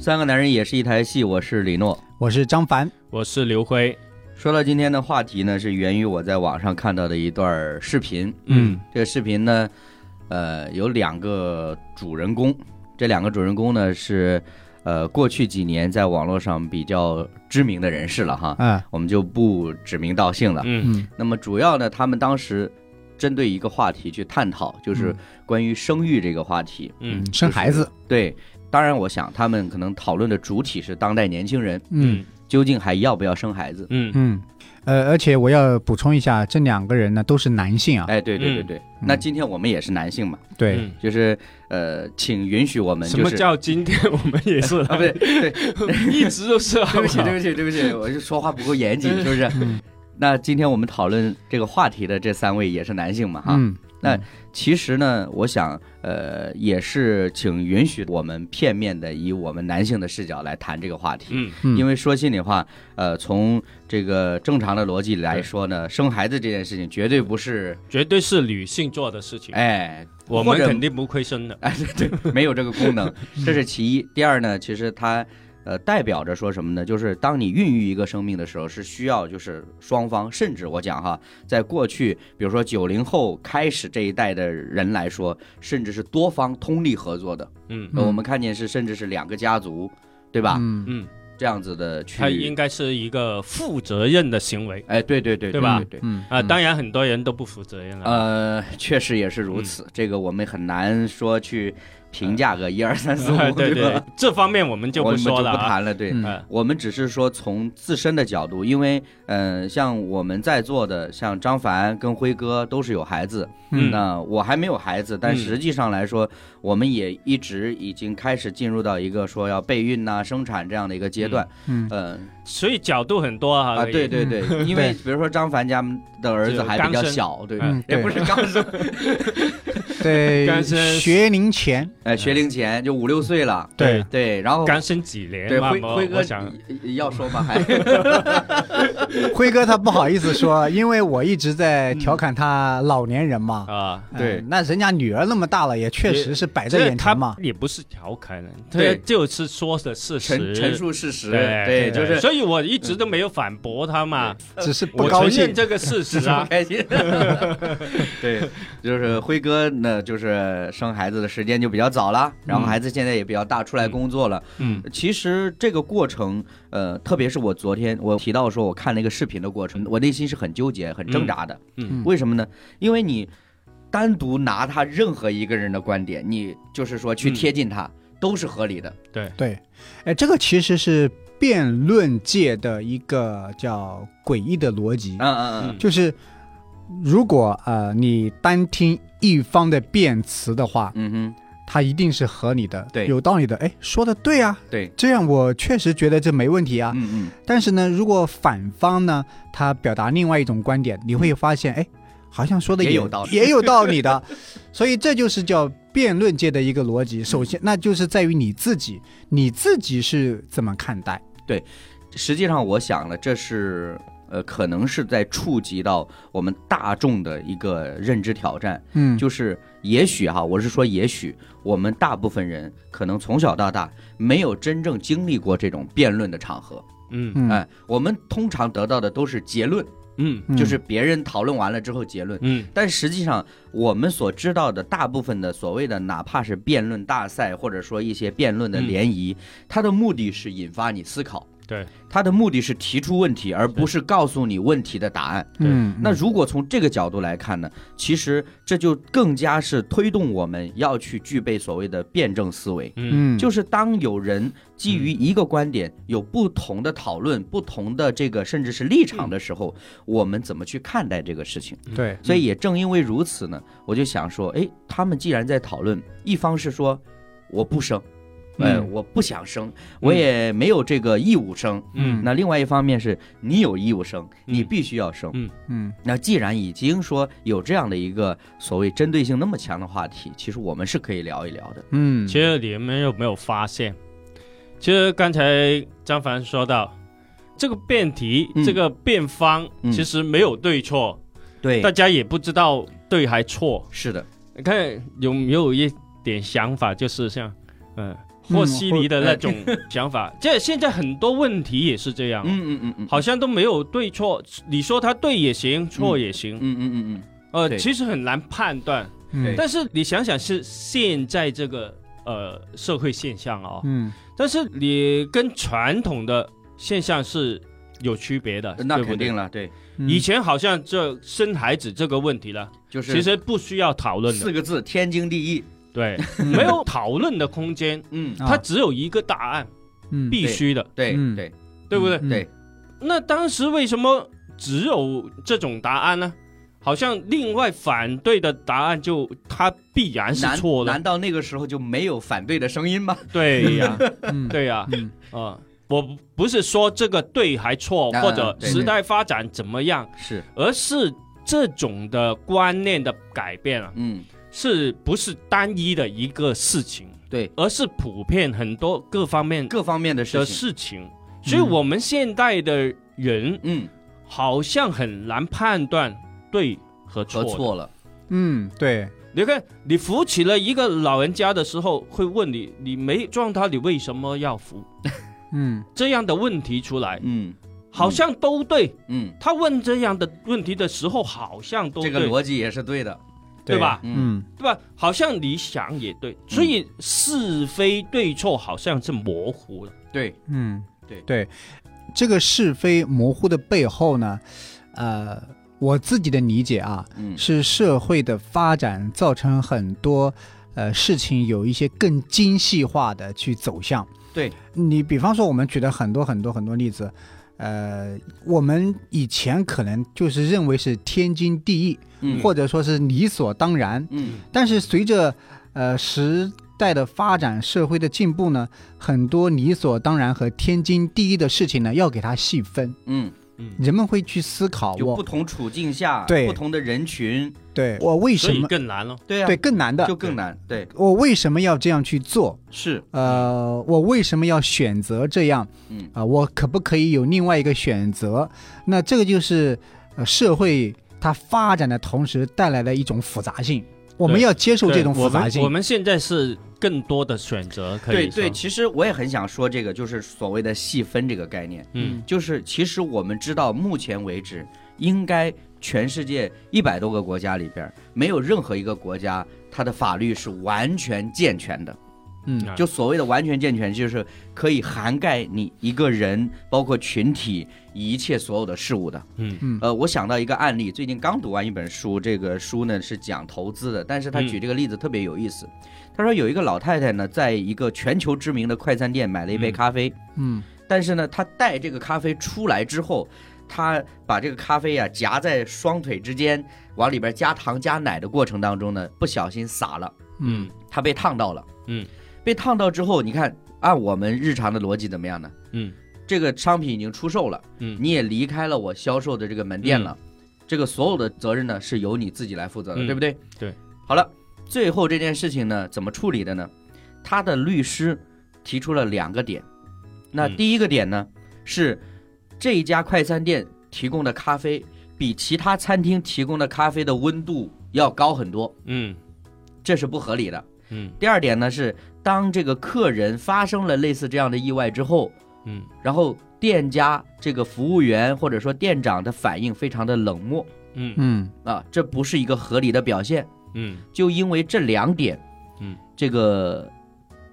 三个男人也是一台戏，我是李诺。我是张凡，我是刘辉，说到今天的话题呢，是源于我在网上看到的一段儿视频。嗯这个视频呢，呃，有两个主人公，这两个主人公呢是呃过去几年在网络上比较知名的人士了哈，嗯我们就不指名道姓了。啊嗯嗯，那么主要呢，他们当时针对一个话题去探讨，就是关于生育这个话题。嗯生孩子，对，当然我想他们可能讨论的主体是当代年轻人嗯究竟还要不要生孩子。嗯嗯，呃，而且我要补充一下，这两个人呢都是男性啊，哎，对对对对，那今天我们也是男性嘛，对，嗯就是呃，请允许我们什就么是。叫今天我们也是 啊，不对，对，一直都是，对不起，好好对不起，对不起，我就说话不够严谨，是不是？嗯那今天我们讨论这个话题的这三位也是男性嘛，哈。嗯，那其实呢，我想，呃，也是请允许我们片面的以我们男性的视角来谈这个话题，嗯嗯因为说心里话，呃，从这个正常的逻辑来说呢，生孩子这件事情绝对不是，绝对是女性做的事情，哎，我或们者肯定不亏身的。 哎，对对，没有这个功 能，这是其一。第二呢，其实它呃代表着说什么呢？就是当你孕育一个生命的时候，是需要就是双方，甚至我讲哈，在过去，比如说九零后开始这一代的人来说，甚至是多方通力合作的。嗯呃我们看见是甚至是两个家族，对吧？嗯嗯，这样子的去它，应该是一个负责任的行为哎，对对对，对吧对。嗯啊，当然很多人都不负责任了。呃，确实也是嗯如此，这个我们很难说去评价个一二三四五，啊 嗯 对吧对？，这方面我们就我不们就说了不啊。谈了，对。嗯呃我们只是说从自身的角度，因为，嗯，像我们在座的，像张凡跟辉哥都是有孩子，嗯那我还没有孩子，但嗯实际上来说，我们也一直已经开始进入到一个说要备孕呐、生产这样的一个阶段， 嗯嗯所以角度很多啊。啊，对对对，因为比如说张凡家的儿子还比较小，对，嗯也对不是刚生，对，干身学龄 前，哎，学龄前就五六岁了，对，对，然后刚生几年对嘛，辉我辉哥我想，要说吧，还辉哥他不好意思 说，因为我一直在调侃他老年人嘛。嗯啊，嗯对那人家女儿那么大了，也确实是摆在这眼他前嘛。也不是调侃人，对这就是说的事陈实。陈述事实，对，对就是嗯所以我一直都没有反驳他嘛，只是不我高承兴认。这个事实啊。开心。 对，就是辉哥呢，就是生孩子的时间就比较早了，然后孩子现在也比较大，出来工作了。嗯其实这个过程，呃，特别是我昨天我提到说我看那个视频的过程，我内心是很纠结、很挣扎的。嗯为什么呢？因为你单独拿他任何一个人的观点，你就是说去贴近他，都是合理的。对，哎，这个其实是辩论界的一个叫诡异的逻辑。嗯嗯嗯，就是如果呃你单听一方的辩词的话，嗯哼，它一定是合理的，对有道理的。哎，说的对啊，对，这样我确实觉得这没问题啊。嗯嗯，但是呢，如果反方呢，他表达另外一种观点，你会发现，哎，好像说的也有道理也有道 理的。所以这就是叫辩论界的一个逻嗯辑。首先，那就是在于你自己，你自己是怎么看待？实际上，我想了，这是呃，可能是在触及到我们大众的一个认知挑战，嗯就是也许哈，我是说，也许我们大部分人可能从小到大没有真正经历过这种辩论的场合，嗯嗯哎，我们通常得到的都是结论，嗯嗯就是别人讨论完了之后结论。嗯但实际上，我们所知道的大部分的所谓的，哪怕是辩论大赛，或者说一些辩论的联谊，它的目的是引发你思考。嗯对，它的目的是提出问题，而不是告诉你问题的答案。对嗯，那如果从这个角度来看呢，其实这就更加是推动我们要去具备所谓的辩证思维。嗯嗯就是当有人基于一个观点有不同的讨论、不同的这个甚至是立嗯场的时候，我们怎么去看待这个事情？对，所以嗯也正因为如此呢，我就想说，哎，他们既然在讨论，一方是说我不生，呃，嗯我不想生，我也没有这个义务生。嗯那另外一方面是你有义务生，你嗯必须要生。嗯嗯那既然已经说有这样的一个所谓针对性那么强的话题，其实我们是可以聊一聊的。嗯，其实你们有没有发现？其实刚才张凡说到，这个辩题、嗯这个辩方、嗯其实没有对错，对大家也不知道对还错。是的，你看有没有一点想法，就是像，嗯、和嗯稀或泥的那哎种想法。这现在很多问题也是这样，嗯嗯嗯嗯，好像都没有对错，你说他对也行，错也行，嗯嗯嗯呃，对其实很难判断。对嗯但是你想想，是现在这个呃社会现象哦，嗯，但是你跟传统的现象是有区别的，嗯，那对不肯对定。了，对，嗯以前好像这生孩子这个问题了，就是其实不需要讨论的，四个字天经地义， 对，嗯没有讨论的空间，嗯，啊它只有一个答案，嗯必须的，对嗯对对不对？嗯对，那当时为什么只有这种答案呢？好像另外反对的答案就它必然是难错的难，道那个时候就没有反对的声音吗？对呀，嗯对呀，嗯啊，我不不是说这个对还错，啊或者对时代发展怎么样，是，而是这种的观念的改变啊， 嗯，是不是单一的一个事情？对，而是普遍很多各方面各方面的的事情，事情。所以，我们现代的人嗯，好像很难判断对和错和的。错了，嗯对，你看，你扶起了一个老人家的时候，会问你：你没撞他，你为什么要扶？嗯这样的问题出来，嗯好像都对。嗯，他问这样的问题的时候，好像都这对，个逻辑也是对的，对吧？嗯对吧？好像你想也对，嗯所以是非对错好像是模糊的。对，嗯，对对，这个是非模糊的背后呢，呃，我自己的理解啊，嗯是社会的发展造成很多呃事情有一些更精细化的去走向。对你比方说，我们举了很多很多很多例子。呃，我们以前可能就是认为是天经地义，嗯或者说是理所当然，嗯但是随着呃时代的发展，社会的进步呢，很多理所当然和天经地义的事情呢，要给它细分，嗯，嗯，人们会去思考就不我同处境下，对不同的人群，对我为所什以么更难了。对啊对，更难的就，更难，对，我为什么要这样去做？是，嗯呃，我为什么要选择这样？嗯啊、我可不可以有另外一个选择？那这个就是呃社会它发展的同时带来的一种复杂性，我们对要接受这对种复我杂们性。我们现在是更多的选择，可对以对，说，其实我也很想说这个，就是所谓的细分这个概念，嗯，就是其实我们知道，目前为止，应该全世界一百多个国家里边儿，没有任何一个国家它的法律是完全健全的。嗯啊就所谓的完全健全，就是可以涵盖你一个人，包括群体一切所有的事物的。嗯嗯呃，我想到一个案例，最近刚读完一本书，这个书呢是讲投资的，但是他嗯举这个例子特别有意思。他说有一个老太太呢，在一个全球知名的快餐店买了一杯嗯咖啡，嗯但是呢，他带这个咖啡出来之后，他把这个咖啡啊夹在双腿之间，往里边加糖加奶的过程当中呢，不小心洒了，嗯他被烫到了。嗯，被烫到之后，你看，按我们日常的逻辑怎么样呢？嗯这个商品已经出售了，嗯，你也离开了我销售的这个门店了，这个所有的责任呢是由你自己来负责的，嗯对不对？对。好了，最后这件事情呢怎么处理的呢？他的律师提出了两个点，那嗯第一个点呢、是这一家快餐店提供的咖啡比其他餐厅提供的咖啡的温度要高很多，嗯这是不合理的。嗯第二点呢是当这个客人发生了类似这样的意外之后，嗯然后店家这个服务员或者说店长的反应非常的冷漠嗯嗯啊，这不是一个合理的表现。嗯就因为这两点，嗯，这个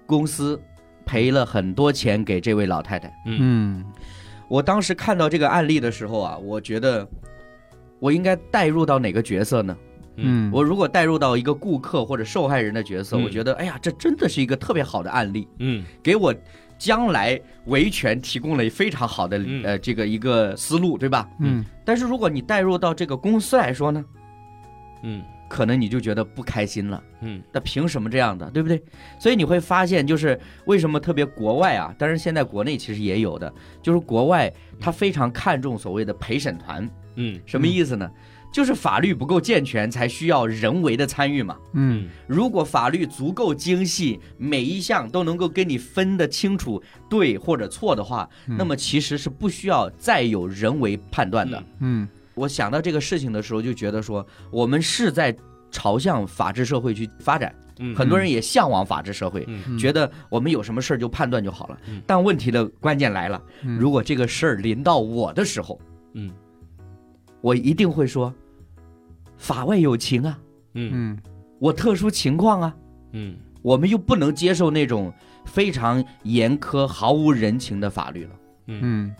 公司赔了很多钱给这位老太太。嗯嗯我当时看到这个案例的时候啊，我觉得我应该带入到哪个角色呢？嗯，我如果带入到一个顾客或者受害人的角色，嗯我觉得，哎呀，这真的是一个特别好的案例，嗯给我将来维权提供了非常好的嗯呃这个一个思路，对吧？嗯但是如果你带入到这个公司来说呢，嗯可能你就觉得不开心了。嗯那凭什么这样的，对不对？所以你会发现，就是为什么特别国外啊，但是现在国内其实也有的，就是国外他非常看重所谓的陪审团，嗯什么意思呢？就是法律不够健全，才需要人为的参与嘛。嗯如果法律足够精细，每一项都能够跟你分得清楚对或者错的话，嗯那么其实是不需要再有人为判断的。嗯嗯我想到这个事情的时候，就觉得说，我们是在朝向法治社会去发展，嗯很多人也向往法治社会，嗯觉得我们有什么事儿就判断就好了嗯。但问题的关键来了，嗯如果这个事儿临到我的时候，嗯我一定会说，法外有情啊，嗯嗯我特殊情况啊，嗯我们又不能接受那种非常严苛、毫无人情的法律了。嗯嗯，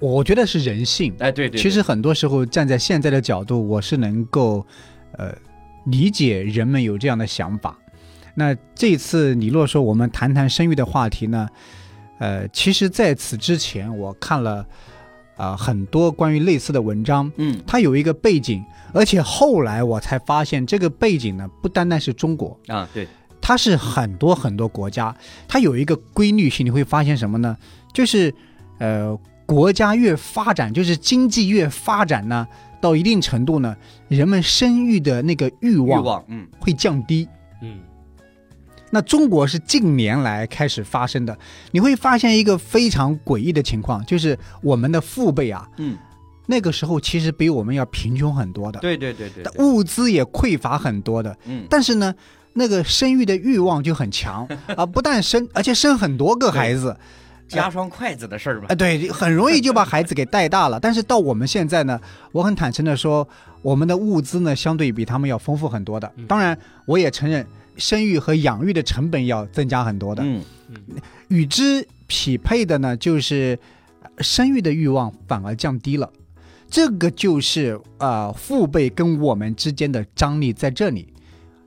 我觉得是人性。哎，对对其实很多时候站在现在的角度，我是能够，呃，理解人们有这样的想法。那这次你若说我们谈谈生育的话题呢，呃，其实在此之前我看了啊、呃很多关于类似的文章，嗯它有一个背景，而且后来我才发现这个背景呢不单单是中国，啊，对，它是很多很多国家，它有一个规律性，你会发现什么呢？就是，呃，国家越发展，就是经济越发展呢，到一定程度呢，人们生育的那个欲欲望望，嗯会降低。嗯那中国是近年来开始发生的，你会发现一个非常诡异的情况，就是我们的父辈啊，嗯，那个时候其实比我们要贫穷很多的，对对对对，对物资也匮乏很多的，嗯，但是呢，那个生育的欲望就很强啊，不但生，而且生很多个孩子，加双筷子的事儿吧啊，，对，很容易就把孩子给带大了。但是到我们现在呢，我很坦诚的说，我们的物资呢，相对比他们要丰富很多的嗯。当然，我也承认生育和养育的成本要增加很多的。嗯与之匹配的呢，就是呃生育的欲望反而降低了。这个就是呃父辈跟我们之间的张力在这里，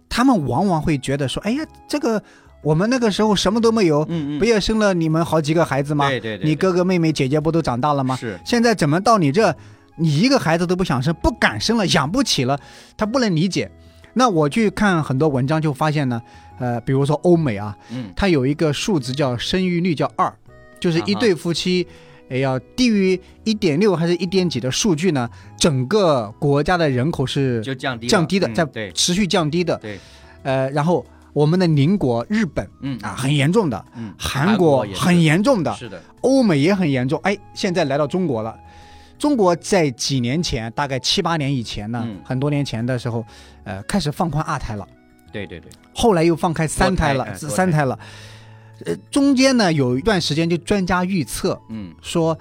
他们往往会觉得说，哎呀，这个我们那个时候什么都没有，嗯嗯，不也生了你们好几个孩子吗？对对对，你哥哥妹妹姐姐不都长大了对吗？是，现在怎么到你这，你一个孩子都不想生，不敢生了，养不起了，他不能理解。那我去看很多文章就发现呢，呃，比如说欧美啊，嗯它有一个数值叫生育率叫二，啊就是一对夫妻，哎要低于一点六还是一点几的数据呢，整个国家的人口是就降低了降低的嗯在对，持续降低的。对，呃，然后我们的邻国日本嗯啊很严重的，嗯，韩国也是很严重的，是的，欧美也很严重。哎，现在来到中国了。中国在几年前，大概七八年以前呢，嗯很多年前的时候，呃，开始放宽二胎了。对对对，后来又放开三胎多胎了，哎是多胎三胎了。呃，中间呢有一段时间，就专家预测嗯说，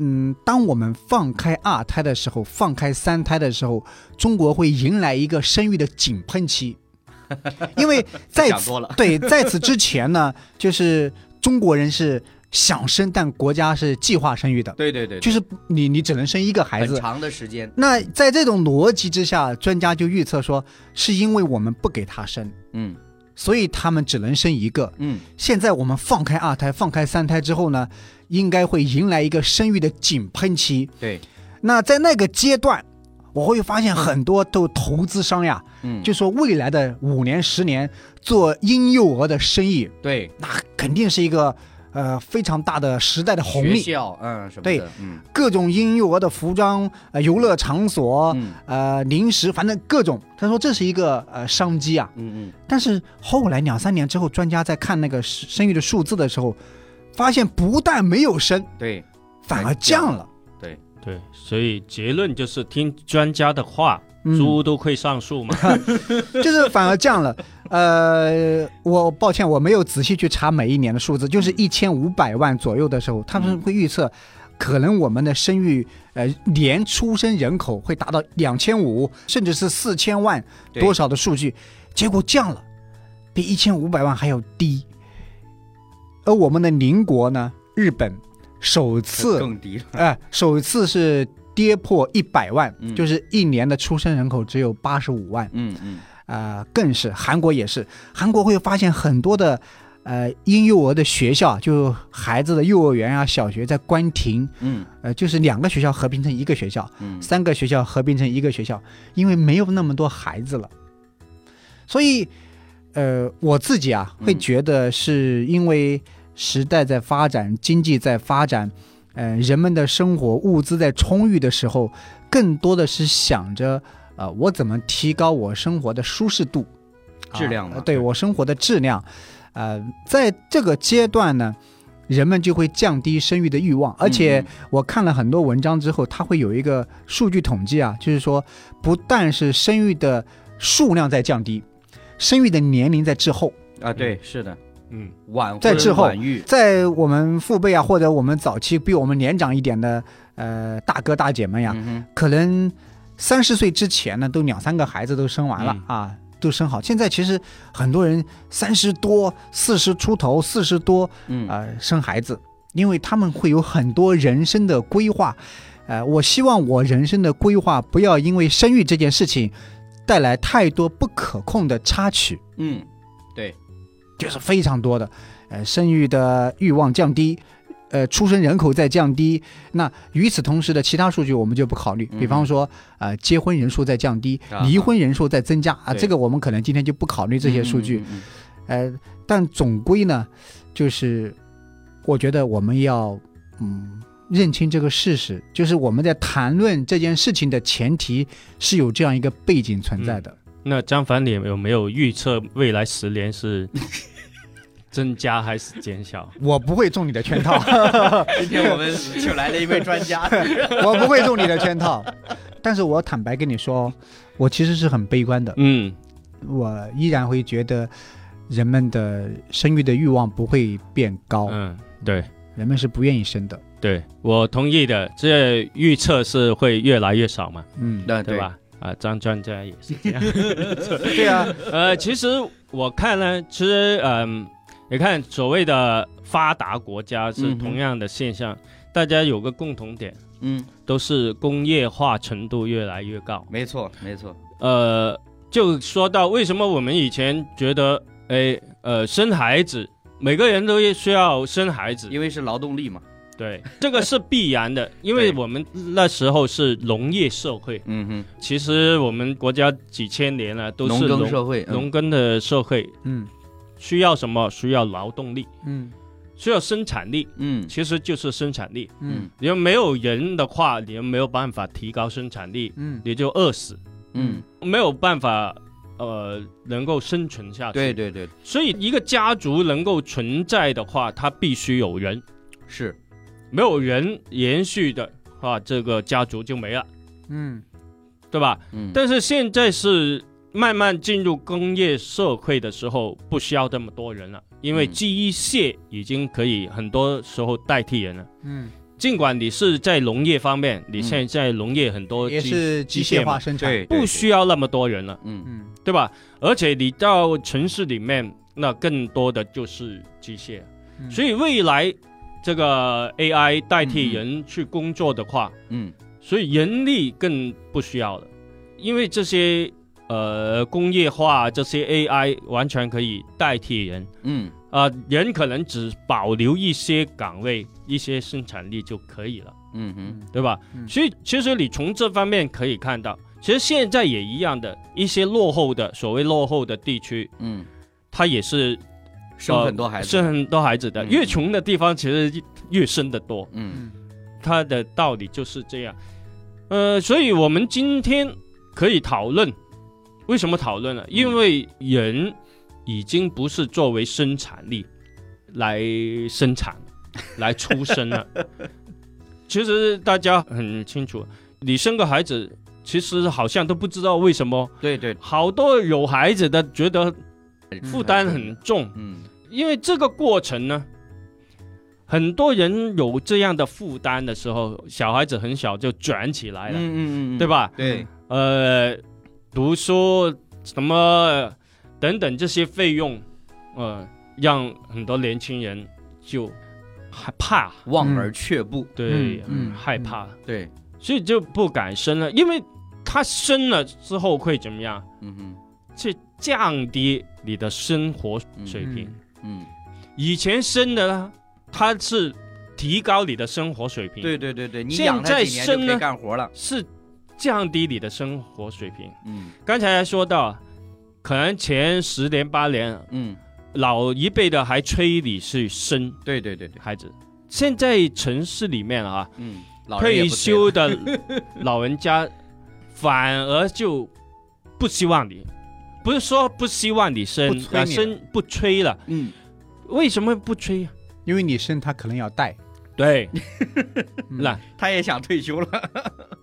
嗯，当我们放开二胎的时候，放开三胎的时候，中国会迎来一个生育的井 喷期，因为在想此多了对在此之前呢，就是中国人是想生，但国家是计划生育的，对对对，就是是你你只能生一个孩很子。长的时间，那在这种逻辑之下，专家就预测说，是因为我们不给他生。嗯所以他们只能生一个。嗯，现在我们放开二胎、放开三胎之后呢，应该会迎来一个生育的井喷期。对，那在那个阶段，我会发现很多都投资商呀，嗯，就说未来的五年、十年做婴幼儿的生意，对，那肯定是一个呃非常大的时代的红学利。校，嗯什么对的，嗯各种婴幼儿的服装、呃游乐场所、嗯呃零食，反正各种。他说这是一个呃商机啊。嗯嗯，但是后来两三年之后，专家在看那个生生育的数字的时候，发现不但没有升，嗯对，反而降了。对，所以结论就是听专家的话，嗯，猪都会上树嘛。就是反而降了。呃，我抱歉，我没有仔细去查每一年的数字，就是一千五百万左右的时候，他们嗯会预测，可能我们的生育，呃，年出生人口会达到两千五，甚至是四千万对多少的数据，结果降了，比一千五百万还要低。而我们的邻国呢，日本首次更低了，哎、首次是跌破一百万，嗯就是一年的出生人口只有八十五万嗯嗯，啊、呃更是韩国也是，韩国会发现很多的呃婴幼儿的学校，就孩子的幼儿园啊、小学在关停，嗯呃，就是两个学校合并成一个学校，嗯，三个学校合并成一个学校，因为没有那么多孩子了，所以，呃，我自己啊嗯会觉得是因为时代在发展，经济在发展，呃，人们的生活物资在充裕的时候，更多的是想着，呃，我怎么提高我生活的舒适度、啊质量嘛呃对我生活的质量，呃，在这个阶段呢。人们就会降低生育的欲望，而且、嗯我看了很多文章之后，它会有一个数据统计啊，就是说，不但是生育的数量在降低，生育的年龄在滞后。啊，对，是的，嗯，晚婚在滞后晚育，在我们父辈啊，或者我们早期比我们年长一点的呃大哥大姐们呀，嗯哼可能三十岁之前呢，都两三个孩子都生完了、嗯啊，都生好。现在其实很多人三十多、四十出头、四十多嗯呃生孩子，因为他们会有很多人生的规划。呃，我希望我人生的规划不要因为生育这件事情带来太多不可控的插曲。嗯，就是非常多的，呃，生育的欲望降低，呃，出生人口在降低。那与此同时的其他数据我们就不考虑，嗯比方说，呃，结婚人数在降低啊，离婚人数在增加啊，对这个我们可能今天就不考虑这些数据。嗯，呃，但总归呢，就是我觉得我们要嗯认清这个事实，就是我们在谈论这件事情的前提是有这样一个背景存在的。那张凡，你有没有预测未来十年是增加还是减少？我不会中你的圈套。 嗯嗯 今天我们请来了一位专家，我不会中你的圈套，但是我坦白跟你说，我其实是很悲观的，嗯我依然会觉得人们的生育的欲望不会变高，嗯，对人们是不愿意生的，对，我同意的。这预测是会越来越少嘛，嗯，那对？吧？啊，张专家也是这样。对啊， 呃，其实我看呢，其实嗯、你看所谓的发达国家是嗯哼同样的现象，大家有个共同点，嗯，都是工业化程度越来越高。没错，没错，呃，就说到为什么我们以前觉得，哎，呃，生孩子，每个人都需要生孩子，因为是劳动力嘛，对，这个是必然 的，因为我们那时候是农业社会，嗯其实我们国家几千年了哼，都是农耕农社会，嗯农耕的社会，嗯需要什么？需要劳动力，嗯需要生产力，嗯其实就是生产力。嗯嗯你要没有人的话，你又没有办法提高生产力，嗯，你就饿死，嗯，没有办法，呃，能够生存下去。对对对，所以一个家族能够存在的话，它必须有人，是，没有人延续的话，这个家族就没了，嗯对吧？嗯，但是现在是慢慢进入工业社会的时候，不需要这么多人了，因为嗯机械已经可以很多时候代替人了。嗯，尽管你是在农业方面，你嗯现在农业很多嗯也机是机械化嘛生产，对，对不，需要那么多人了，嗯嗯对吧？而且你到城市里面，那更多的就是机械。嗯，所以以未来这个 AI 代嗯替人去工作的话，嗯所以人力更不需要了，因为这些呃工业化这些 AI 完全可以代替人嗯，啊、人可能只保留一些岗位、一些生产力就可以了，嗯哼，对吧？嗯所以其实你从这方面可以看到，其实现在也一样的，一些落后的所谓落后的地区，嗯，它也是生很多孩子，生很多孩子的，嗯越穷的地方其实越生的多。嗯它的道理就是这样。呃，所以我们今天可以讨论，为什么讨论呢？因为人已经不是作为生产力来生产、 来出生了。其实大家很清楚，你生个孩子，其实好像都不知道为什么，对对，好多有孩子的觉得嗯负担很重，嗯因为这个过程呢，很多人有这样的负担的时候，小孩子很小就卷起来嗯了，嗯嗯，对？吧？对，呃，读书什么等等这些费用，呃，让很多年轻人就害怕，望而却步，对，嗯嗯害怕，对，所以就不敢生了，因为他生了之后会怎么样？嗯哼，去降低你的生活水平。嗯嗯，以前生的呢，它是提高你的生活水平，对，对对对，你现养它在几年就生可以呢干活了，是降低你的生活水平。嗯刚才还说到，可能前十年八年，嗯，老一辈的还催你去生对对对对，孩子，现在城市里面啊，嗯，老人也退不催休了，的 老人家反而就不希望你，不是说不希望你不生，催啊你生不催了，嗯，为什么不催？因为你生他可能要 带，对，嗯那 他也想退休了，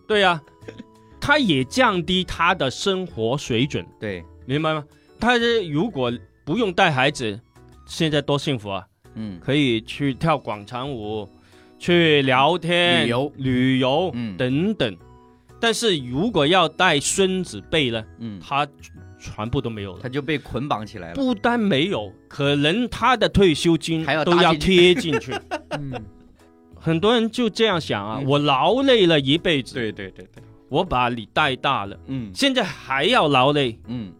对呀、啊他也降低他的生活水准，对，明白吗？他这如果不用带孩子，现在多幸福啊！嗯可以去跳广场舞，去聊天、旅游旅游、嗯等等。但是如果要带孙子辈呢，嗯，他全部都没有了他。就被捆绑起来了。不单没有，可能他的退休金还要搭都要进贴 进去。嗯，很多人就这样想啊，嗯我劳累了一辈子，对对对对，我把你带大了，嗯现在还要劳累，嗯，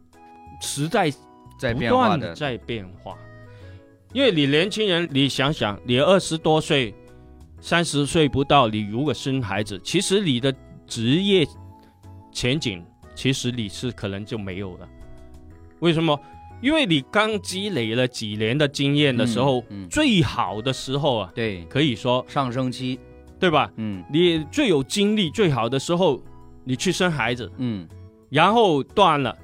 时代在不变化断的的，在变化。因为你年轻人，你想想，你二十多岁、三十岁不到，你如果生孩子，其实你的职业前景，其实你是可能就没有了。为什么？因为你刚积累了几年的经验的时候，嗯嗯最好的时候啊，对，可以说上升期，对吧？嗯你最有精力、最好的时候，你去生孩子，嗯，然后断了，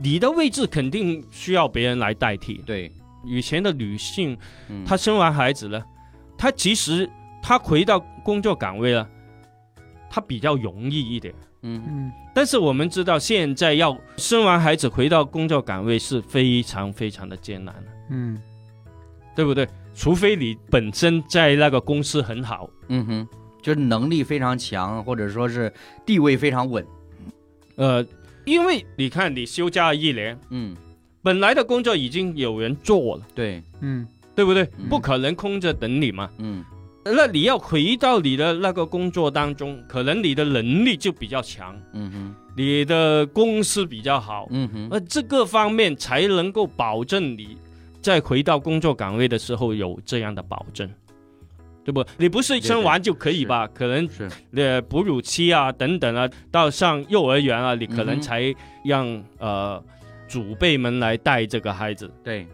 你的位置肯定需要别人来代替。对，以前的女性，嗯她生完孩子了，她其实她回到工作岗位了，她比较容易一点。嗯嗯但是我们知道，现在要生完孩子回到工作岗位是非常非常的艰难的，嗯对不对？除非你本身在那个公司很好，嗯哼，就是能力非常强，或者说是地位非常稳，呃，因为你看你休假一年，嗯，本来的工作已经有人做了，对，嗯对不对嗯？不可能空着等你嘛。嗯那你要回到你的那个工作当中，可能你的能力就比较强，嗯哼，你的公司比较好，嗯哼，而这个方面才能够保证你在回到工作岗位的时候有这样的保证，对不？你不是生完就可以吧？可能是，呃哺乳期啊等等啊，到上幼儿园啊，你可嗯哼能才让、呃祖辈们来带这个孩子，对，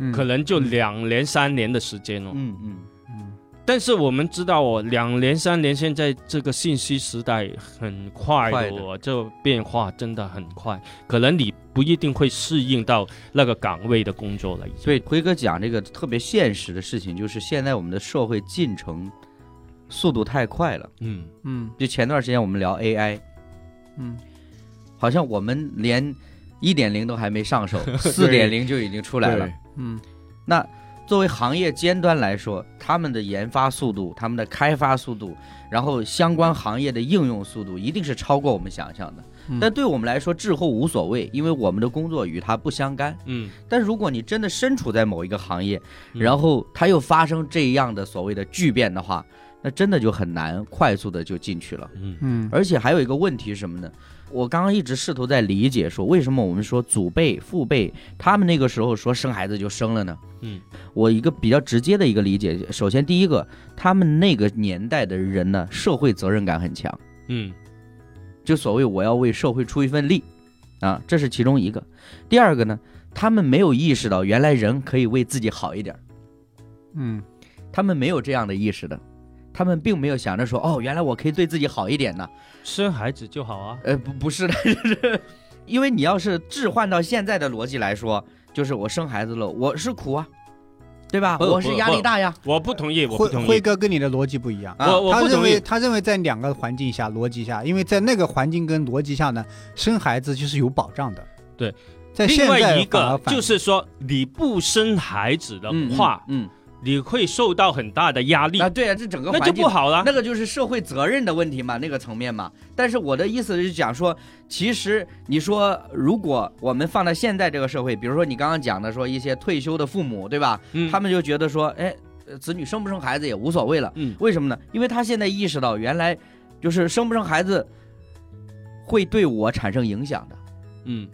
嗯，可能就两年三年的时间哦。嗯嗯，嗯但是我们知道哦，两年三年，现在这个信息时代很快快的的哦，这变化真的很快，可能你不一定会适应到那个岗位的工作了。已经所以辉哥讲这个特别现实的事情，就是现在我们的社会进程速度太快了。嗯，嗯就前段时间我们聊 AI，嗯，好像我们连一点零都还没上手，四点零就已经出来了。嗯那作为行业尖端来说，他们的研发速度、他们的开发速度，然后相关行业的应用速度，一定是超过我们想象的。嗯但对我们来说，滞后无所谓，因为我们的工作与它不相干。嗯但如果你真的身处在某一个行业，嗯然后它又发生这样的所谓的巨变的话，那真的就很难快速的就进去了。嗯嗯而且还有一个问题是什么呢？我刚刚一直试图在理解说，为什么我们说祖辈、父辈他们那个时候说生孩子就生了呢？嗯，我一个比较直接的一个理解，首先第一个，他们那个年代的人呢，社会责任感很强，嗯就所谓我要为社会出一份力，啊，这是其中一个。第二个呢，他们没有意识到原来人可以为自己好一点儿，嗯他们没有这样的意识的。他们并没有想着说，哦，原来我可以对自己好一点呢，生孩子就好啊。呃，不不是的， 就是因为你要是置换到现在的逻辑来说，就是我生孩子了，我是苦啊，对吧？不我是不压力大呀，我不同意，我不辉同辉意，哥跟你的逻辑不一样。啊我我他不认同为意。他认为在两个环境下逻辑下，因为在那个环境跟逻辑下呢，生孩子就是有保障的。对，在现另在外一反而个反就是说，你不生孩子的嗯话，嗯，你会受到很大的压力，嗯啊，对啊，这整个那就环境不。好了。那个就是社会责任的问题嘛，那个层面嘛。但是我的意思是讲说，其实你说，如果我们放到现在这个社会，比如说你刚刚讲的说一些退休的父母，对吧？嗯他们就觉得说，哎，呃子女生不生孩子也无所谓了。嗯为什么呢？因为他现在意识到，原来就是生不生孩子会对我产生影响的。嗯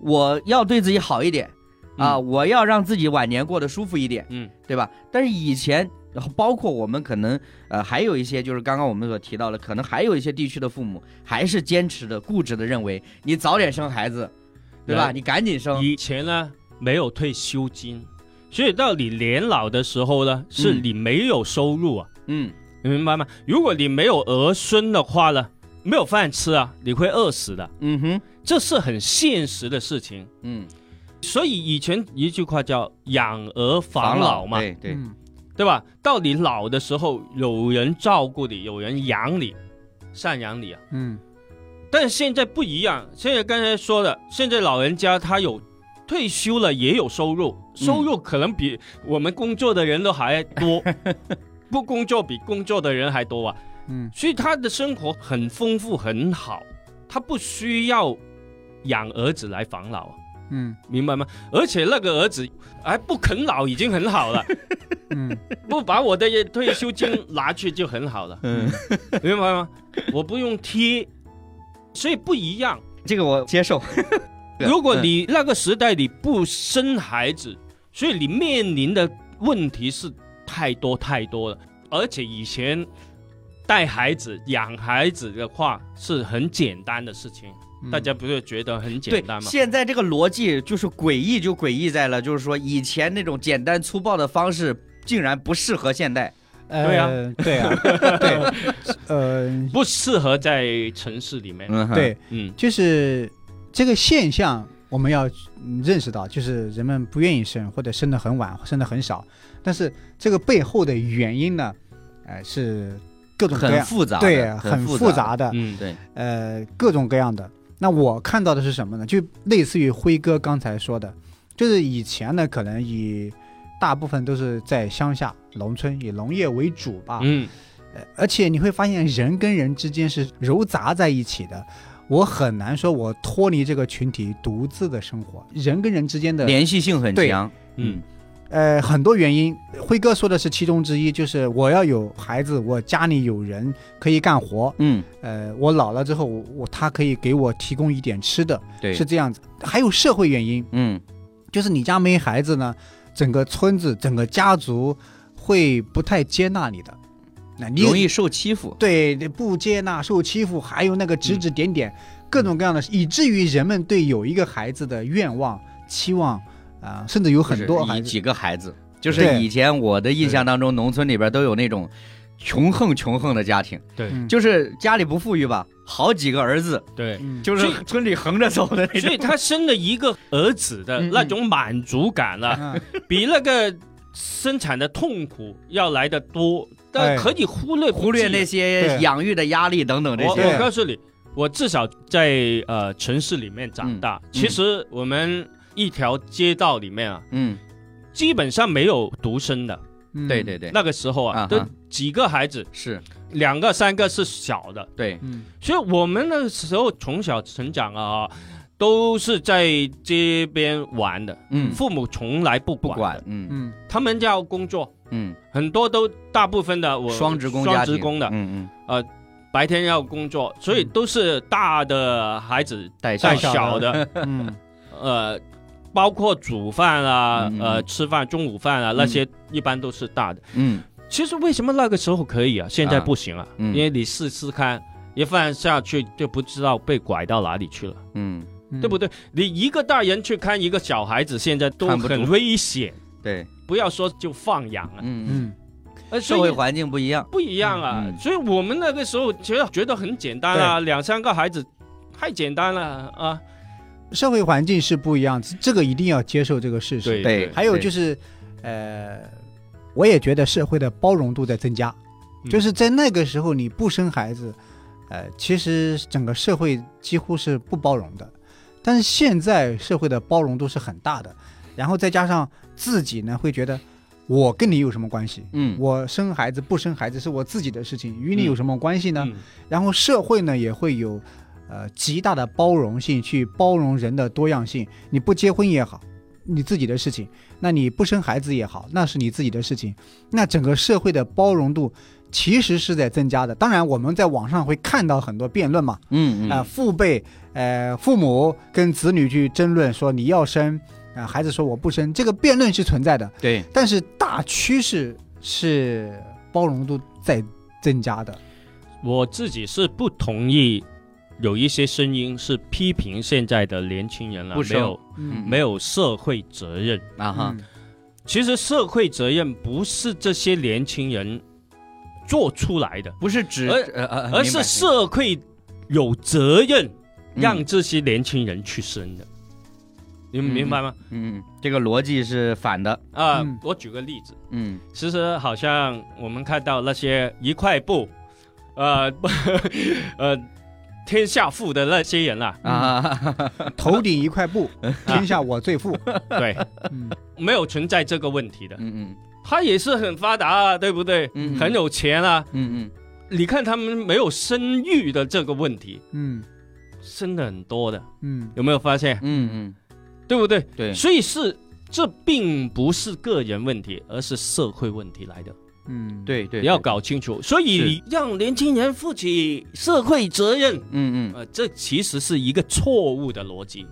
我要对自己好一点啊，嗯我要让自己晚年过得舒服一点，嗯对吧？但是以前，然后包括我们可能呃，还有一些就是刚刚我们所提到的，可能还有一些地区的父母还是坚持的、固执的认为，你早点生孩子，对吧？对你赶紧生，以前呢没有退休金，所以到你年老的时候呢，是你没有收入啊，嗯，你明白吗？如果你没有儿孙的话呢，没有饭吃啊，你会饿死的，嗯哼，这是很现实的事情。嗯，所以以前一句话叫“养儿防老”嘛，对对，嗯对吧？到你老的时候，有人照顾你，有人养你，赡养你啊。嗯但是现在不一样，现在刚才说的，现在老人家他有退休了也有收入，收入可能比我们工作的人都还多，不工作比工作的人还多啊，嗯所以他的生活很丰富很好，他不需要养儿子来防老啊，嗯明白吗？而且那个儿子哎不啃老已经很好了，嗯不把我的退休金拿去就很好了，嗯，明白吗？我不用贴，所以不一样。这个我接受。 如果嗯你那个时代你不生孩子，所以你面临的问题是太多太多了。而且以前带孩子、养孩子的话是很简单的事情，嗯 大家不是觉得很简对单，吗？现在这个逻辑就是诡异，就诡异在了，就是说以前那种简单粗暴的方式，竟然不适合现代。对呀呃对啊对 呃不适合在城市里面。嗯，对，嗯就是这个现象，我们要嗯认识到，就是人们不愿意生，或者生的很晚，生的很少。但是这个背后的原因呢，呃，是各种各很样，复杂的，对，啊很复杂杂的，嗯，对，呃，各种各样的。那我看到的是什么呢？就类似于辉哥刚才说的，就是以前呢，可能以大部分都是在乡下、农村，以农业为主吧。嗯呃而且你会发现人跟人之间是揉杂在一起的。我很难说我脱离这个群体独自的生活，人跟人之间的联系性很对强。嗯，呃很多原因，辉哥说的是其中之一，就是我要有孩子，我家里有人可以干活，嗯，呃，我老了之后，我我他可以给我提供一点吃的，对，是这样子。还有社会原因，嗯，就是你家没孩子呢，整个村子、整个家族会不太接纳你的，那你容易受欺负。对不接纳、受欺负，还有那个指指点点，嗯各种各样的，以至于人们对有一个孩子的愿望、期望啊、甚至有就是很多以孩子，几个孩子，就是对以前我的印象当中，农村里边都有那种穷横穷横的家庭，对嗯就是家里不富裕吧，好几个儿子，对。嗯就是所以村里横着走的那所以种。他生了一个儿子的嗯嗯那种满足感了、啊，比那个生产的痛苦要来的多，哎但可以忽略不计啊忽略那些对养育的压力等等这我些，对我告诉你，我至少在呃城市里面嗯长大。其实我们一条街道里面啊，嗯，基本上没有独生的。嗯对对，对，那个时候啊，啊哈都几个孩子，是两个三个是小的，对，嗯所以我们那个时候从小成长啊，都是在街边玩的，嗯，父母从来不不管的管，嗯嗯他们要工作，嗯，很多都大部分的我双职工家双庭，职工的，嗯嗯，白天要工作，所以都是大的孩子带带小 小的，嗯呃，包括煮饭啊，嗯嗯呃，嗯吃饭、中午饭啊，那些一般都是大的。嗯其实为什么那个时候可以啊，现在不行啊？嗯因为你试试看，一放下去就不知道被拐到哪里去了，嗯， 嗯，对不对？对？你一个大人去看一个小孩子，现在都看不很住危险，对，不要说就放养嗯了、嗯，嗯呃，社会所以环境不一样，不一样啊。嗯嗯所以我们那个时候觉得觉得很简单啊，两三个孩子太简单了啊。社会环境是不一样，这个一定要接受这个事实。对对，还有就是，呃，我也觉得社会的包容度在增加，嗯就是在那个时候你不生孩子，呃，其实整个社会几乎是不包容的，但是现在社会的包容度是很大的，然后再加上自己呢会觉得，我跟你有什么关系？嗯，我生孩子不生孩子是我自己的事情，与你有什么关系呢？嗯然后社会呢也会有，呃，极大的包容性去包容人的多样性。你不结婚也好，你自己的事情；那你不生孩子也好，那是你自己的事情。那整个社会的包容度其实是在增加的。当然，我们在网上会看到很多辩论嘛，嗯嗯啊、父辈，呃，父母跟子女去争论说你要生，啊、孩子说我不生，这个辩论是存在的，对，但是大趋势是包容度在增加的。我自己是不同意，有一些声音是批评现在的年轻人了、不没生有嗯没有社会责任。啊哈，嗯其实社会责任不是这些年轻人做出来的，不是指，而呃呃而是社会有责任嗯让这些年轻人去生的。你们嗯明白吗？嗯，这个逻辑是反的，啊、嗯我举个例子，嗯其实好像我们看到那些一块布，呃 不呃天下富的那些人啦、啊，头顶一块布，天下我最富。对，嗯，没有存在这个问题的，嗯他也是很发达啊，对不对？嗯很有钱啊，嗯你看他们没有生育的这个问题，嗯生的很多的，嗯有没有发现嗯？嗯对不对？嗯，对，所以是这并不是个人问题，而是社会问题来的，嗯，，对对，你要，搞清楚。所以让年轻人负起社会责任，嗯嗯，呃，这其实是一个错误的逻辑。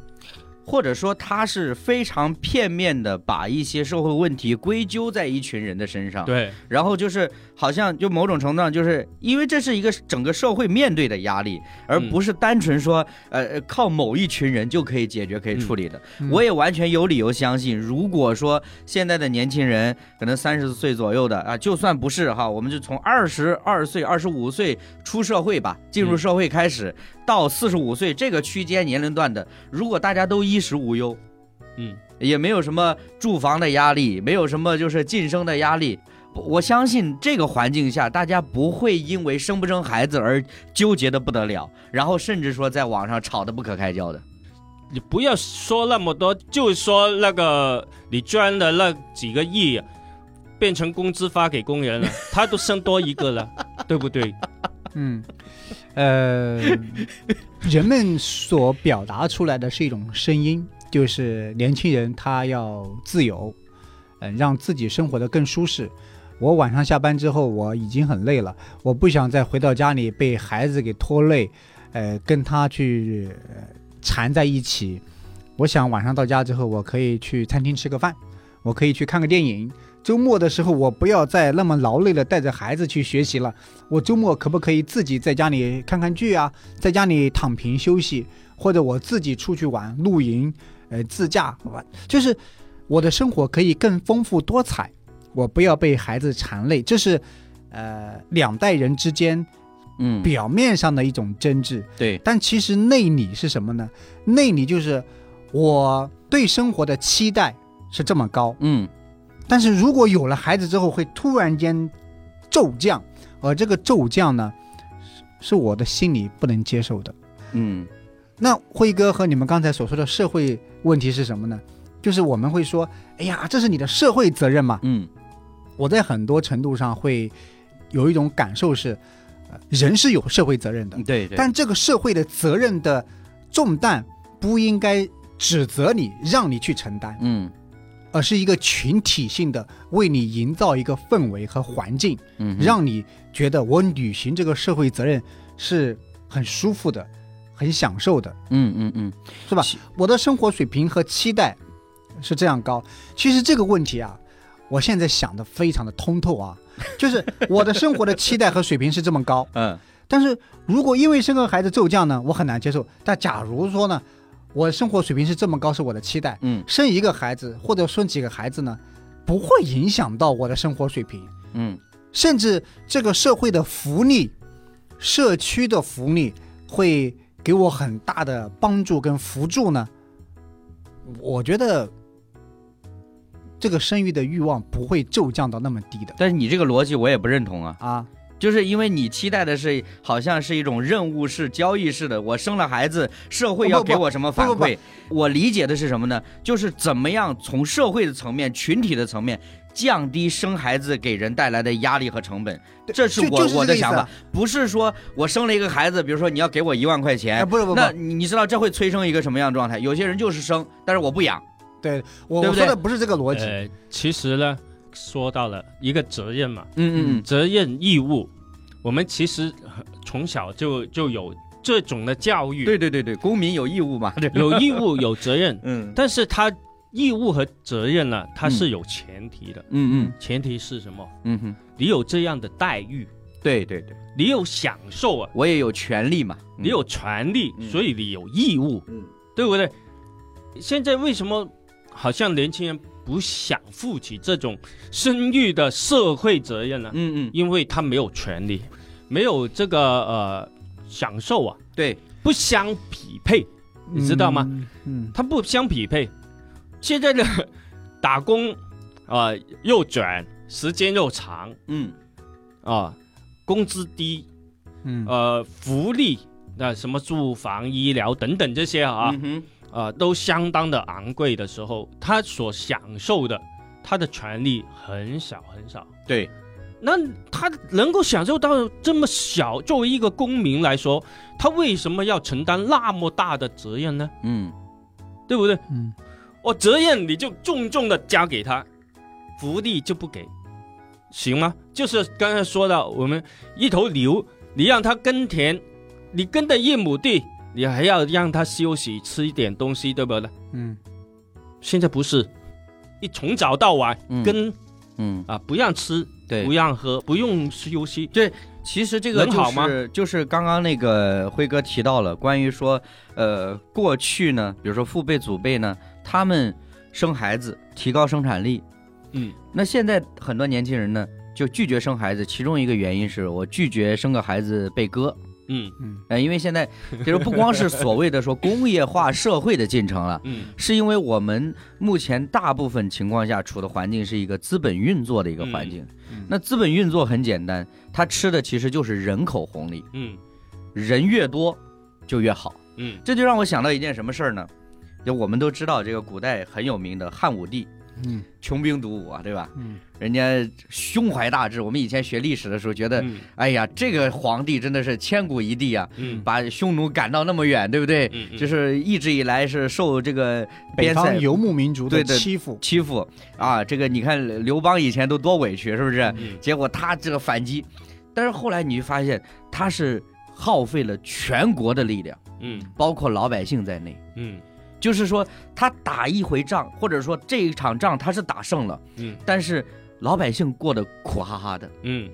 或者说他是非常片面的把一些社会问题归咎在一群人的身上，对然后就是好像就某种程度上，就是因为这是一个整个社会面对的压力，而不是单纯说呃呃靠某一群人就可以解决、可以处理的。嗯我也完全有理由相信，如果说现在的年轻人可能三十岁左右的啊，就算不是哈，我们就从二十二岁、二十五岁出社会吧，进入社会开始，到四十五岁这个区间年龄段的，如果大家都衣食无忧，嗯，也没有什么住房的压力，没有什么就是晋升的压力。我我相信这个环境下，大家不会因为生不生孩子而纠结的不得了，然后甚至说在网上吵得不可开交的。你不要说那么多，就说那个你捐的那几个亿，变成工资发给工 人了，他都生多一个了，对不对？嗯，呃，人们所表达出来的是一种声音，就是年轻人他要自由，嗯、让自己生活的更舒适。我晚上下班之后，我已经很累了，我不想再回到家里被孩子给拖累，呃，跟他去、呃缠在一起。我想晚上到家之后，我可以去餐厅吃个饭，我可以去看个电影。周末的时候，我不要再那么劳累了，带着孩子去学习了。我周末可不可以自己在家里看看剧啊，在家里躺平休息，或者我自己出去玩、露营、呃自驾玩，就是我的生活可以更丰富多彩，我不要被孩子缠累。这是呃两代人之间嗯，表面上的一种争执，对，但其实内里是什么呢？内里就是我对生活的期待是这么高，嗯但是如果有了孩子之后，会突然间骤降，而这个骤降呢，是是我的心里不能接受的。嗯那辉哥和你们刚才所说的社会问题是什么呢？就是我们会说，哎呀，这是你的社会责任嘛。嗯，我在很多程度上会有一种感受是，呃人是有社会责任的，嗯对对，但这个社会的责任的重担不应该指责你，让你去承担。嗯而是一个群体性的为你营造一个氛围和环境，嗯哼，让你觉得我履行这个社会责任是很舒服的，很享受的。嗯嗯嗯，是吧其？我的生活水平和期待是这样高。其实这个问题啊，我现在想的非常的通透啊，就是我的生活的期待和水平是这么高，嗯但是如果因为生个孩子骤降呢，我很难接受。但假如说呢，我生活水平是这么高，是我的期待，嗯生一个孩子或者生几个孩子呢，不会影响到我的生活水平，嗯甚至这个社会的福利、社区的福利会给我很大的帮助跟扶助呢。我觉得这个生育的欲望不会骤降到那么低的但是你这个逻辑我也不认同啊，啊。就是因为你期待的是好像是一种任务式、交易式的，我生了孩子，社会要不不给我什么反不不不馈？我理解的是什么呢？就是怎么样从社会的层面、群体的层面。降低生孩子给人带来的压力和成本，对这是就我就是我的这个意思啊想法，不是说我生了一个孩子，比如说你要给我一万块哎，钱，不是不是不那是，你你知道这会催生一个什么样的状态？有些人就是生，但是我不养，对我对我不对说的不是这个逻辑。呃，其实呢，说到了一个责任嘛，嗯嗯责任义务，我们其实呃从小就就有这种的教嗯，育，对对对对，公民有义务嘛，对，，有义务有责 任嗯但是他义务和责任呢，它是有前提的，嗯嗯前提是什么？嗯哼，你有这样的待遇，对对对，你有享受啊，我也有权利嘛，嗯你有权利，嗯所以你有义务，嗯对不对？现在为什么好像年轻人不想负起这种生育的社会责任呢？嗯嗯，因为他没有权利，没有这个呃享受啊，对，不相匹配，你知道吗？嗯？他不相匹配。现在的打工啊、呃又卷，时间又长嗯啊、工资低，嗯嗯呃福利，那、什么住房、医疗等等这些啊，嗯哼，呃，都相当的昂贵的时候，他所享受的他的权利很少很少。对，那他能够享受到这么小，作为一个公民来说，他为什么要承担那么大的责任呢？嗯对不对？嗯我责任你就重重的加给他，福利就不给，行吗？就是刚才说的，我们一头牛，你让它耕田，你耕的一亩地，你还要让它休息，吃一点东西，对不对？嗯现在不是，你从早到晚嗯耕、嗯，啊，不让吃，对不，让喝，不用休息，其实这个能就好吗是就是刚刚那个辉哥提到了关于说，呃，过去呢，比如说父辈祖辈呢，他们生孩子提高生产力，嗯，那现在很多年轻人呢就拒绝生孩子，其中一个原因是我拒绝生个孩子被割，嗯嗯呃，因为现在就是不光是所谓的说工业化社会的进程了。嗯是因为我们目前大部分情况下处的环境是一个资本运作的一个环境。嗯那资本运作很简单，它吃的其实就是人口红利，嗯人越多就越好。嗯这就让我想到一件什么事儿呢？就我们都知道这个古代很有名的汉武帝，嗯穷兵黩武啊，对吧？嗯人家胸怀大志。我们以前学历史的时候觉得，嗯哎呀，这个皇帝真的是千古一帝啊，嗯把匈奴赶到那么远，对不对？嗯，就是是一直以来是受这个北边塞方游牧民族对的对欺负，欺负啊，这个你看刘邦以前都多委屈，是不是？嗯结果他这个反击，但是后来你就发现他是耗费了全国的力量，嗯包括老百姓在内。嗯就是说，他打一回仗，或者说这一场仗他是打胜了，嗯但是老百姓过得苦哈哈的。嗯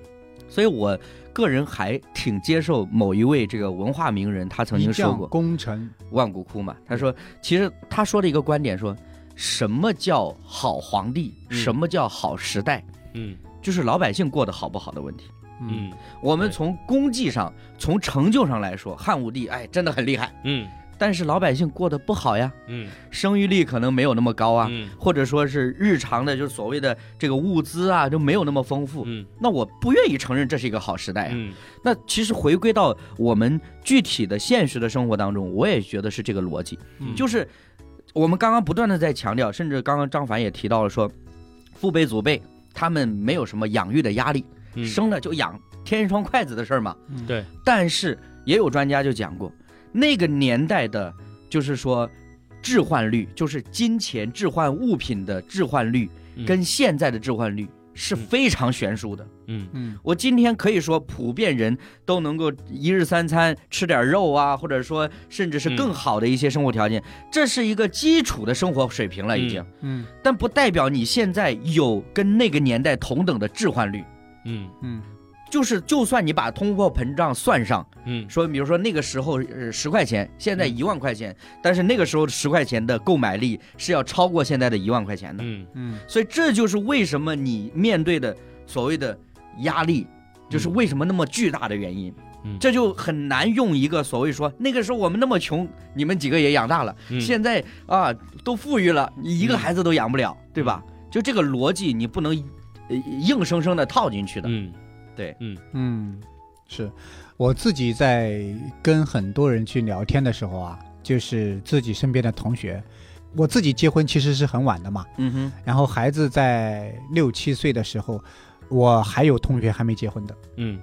所以我个人还挺接受某一位这个文化名人，他曾一经说将过功臣，万古枯嘛，他说，其实他说的一个观点说，什么叫好皇帝，嗯什么叫好时代。嗯就是老百姓过得好不好的问题。嗯嗯我们对从功绩上、从成就上来说，汉武帝哎真的很厉害，嗯但是老百姓过得不好呀，嗯生育率可能没有那么高啊，嗯或者说是日常的就是所谓的这个物资啊就没有那么丰富。嗯那我不愿意承认这是一个好时代、啊。嗯那其实回归到我们具体的现实的生活当中，我也觉得是这个逻辑，嗯就是我们刚刚不断的在强调，甚至刚刚张凡也提到了说，父辈祖辈他们没有什么养育的压力，嗯生了就养，添一双筷子的事儿嘛。嗯对但是也有专家就讲过，那个年代的，就是说置换率，就是金钱置换物品的置换率，嗯跟现在的置换率是非常悬殊的。嗯嗯我今天可以说，普遍人都能够一日三餐吃点肉啊，或者说甚至是更好的一些生活条件，这是一个基础的生活水平了已经。嗯但不代表你现在有跟那个年代同等的置换率。嗯嗯就是，就算你把通货膨胀算上，嗯说，比如说那个时候呃十块钱，现在嗯一万块钱，但是那个时候十块钱的购买力是要超过现在的一万块钱的，嗯嗯所以这就是为什么你面对的所谓的压力，就是为什么那么巨大的原因。嗯这就很难用一个所谓说那个时候我们那么穷，你们几个也养大了，嗯现在啊都富裕了，你一个嗯孩子都养不了，对吧？就这个逻辑你不能呃硬生生的套进去的。嗯嗯，是我自己在跟很多人去聊天的时候啊，就是自己身边的同学，我自己结婚其实是很晚的嘛，嗯哼，然后孩子在六七岁的时候，我还有同学还没结婚的，嗯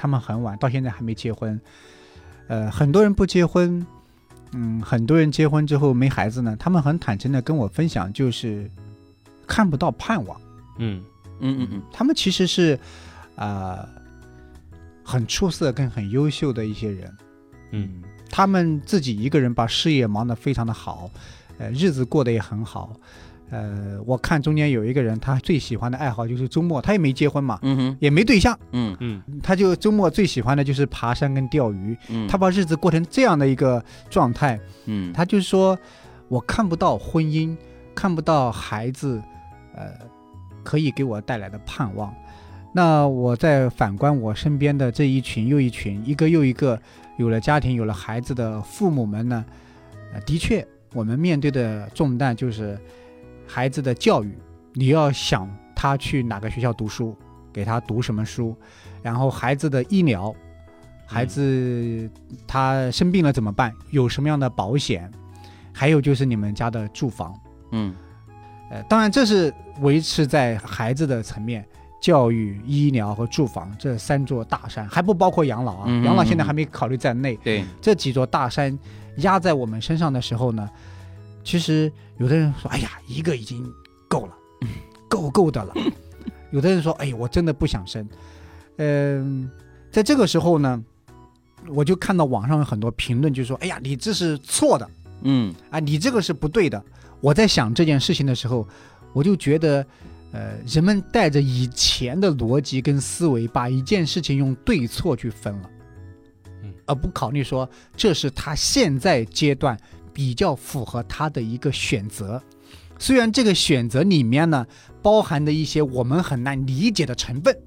他们很晚到现在还没结婚，呃，很多人不结婚，嗯，很多人结婚之后没孩子呢，他们很坦诚的跟我分享，就是看不到盼望。嗯嗯嗯嗯。他们其实是，呃，很出色跟很优秀的一些人，嗯，他们自己一个人把事业忙得非常的好，呃，日子过得也很好，呃，我看中间有一个人，他最喜欢的爱好就是周末，他也没结婚嘛，嗯哼，也没对象，嗯嗯他就周末最喜欢的就是爬山跟钓鱼，嗯，他把日子过成这样的一个状态，嗯他就说，我看不到婚姻，看不到孩子，呃，可以给我带来的盼望。那我再反观我身边的这一群又一群，一个又一个有了家庭、有了孩子的父母们呢，呃，的确，我们面对的重担就是孩子的教育，你要想他去哪个学校读书，给他读什么书，然后孩子的医疗，嗯孩子他生病了怎么办？有什么样的保险？还有就是你们家的住房，嗯呃，当然这是维持在孩子的层面，教育、医疗和住房这三座大山，还不包括养老啊，嗯哼养老现在嗯哼还没考虑在内。对，嗯这几座大山压在我们身上的时候呢，其实有的人说：“哎呀，一个已经够了，够够的了。”有的人说：“哎，我真的不想生。”嗯，在这个时候呢，我就看到网上有很多评论，就说：“哎呀，你这是错的嗯啊，你这个是不对的。”我在想这件事情的时候，我就觉得。呃，人们带着以前的逻辑跟思维，把一件事情用对错去分了嗯，而不考虑说这是他现在阶段比较符合他的一个选择。虽然这个选择里面呢，包含的一些我们很难理解的成分，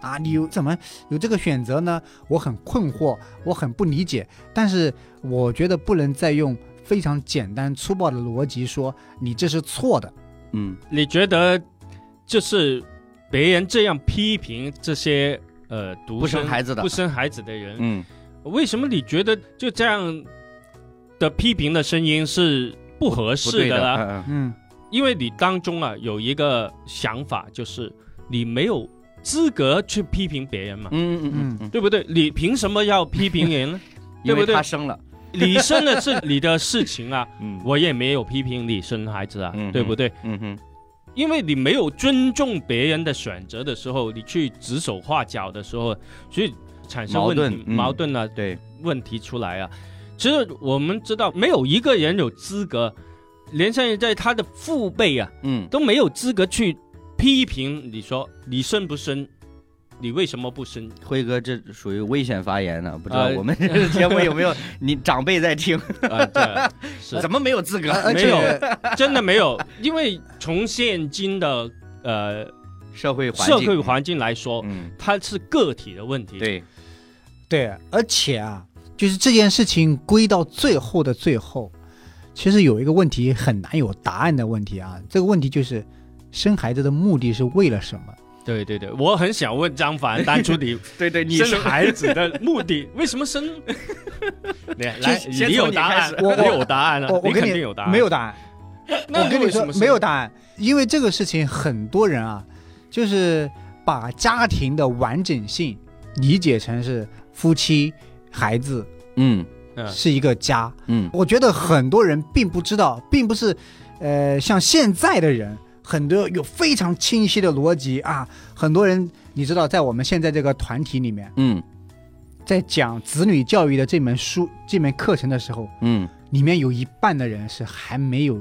啊，你有怎么有这个选择呢？我很困惑，我很不理解。但是我觉得不能再用非常简单粗暴的逻辑说你这是错的。嗯你觉得就是别人这样批评这些呃独不生孩子的不生孩子的人，嗯为什么你觉得就这样的批评的声音是不合不适对的的，啦？嗯嗯，因为你当中啊有一个想法，就是你没有资格去批评别人嘛，嗯嗯嗯嗯，对不对？你凭什么要批评 人呢？因对为不对他生了，你生的是你的事情啊，嗯我也没有批评你生孩子啊，嗯对不对？嗯哼，因为你没有尊重别人的选择的时候，你去指手画脚的时候，所以产生问题矛盾嗯矛盾啊，对，问题出来啊。其实我们知道，没有一个人有资格，连甚至在他的父辈啊嗯都没有资格去批评你说你生不生，你为什么 不生？辉哥这属于危险发言呢，不啊知道呃我们这节目有没有 你长辈在听，啊，这是怎么没有资格？而而没且有 真的没有，因为从现今的呃社会环社境，会环境来说，嗯，它是个体的问题。对，对，而且啊，就是这件事情归到最后的最后，其实有一个问题很难有答案的问题啊。这个问题就是，生孩子的目的是为了什么？对对对，我很想问张凡，当初 你对对，你生孩子的目的， 为什么生？来来，先先你有从你答开案始，我你有答案了我，我你跟肯你定有答案。没有答案，那我跟你为说什么生没有答案，因为这个事情很多人啊，就是把家庭的完整性理解成是夫妻、孩子嗯嗯是一个家，嗯我觉得很多人并不知道，并不是，呃，像现在的人，很多有非常清晰的逻辑啊。很多人，你知道，在我们现在这个团体里面，嗯在讲子女教育的这门书、这门课程的时候，嗯里面有一半的人是还没有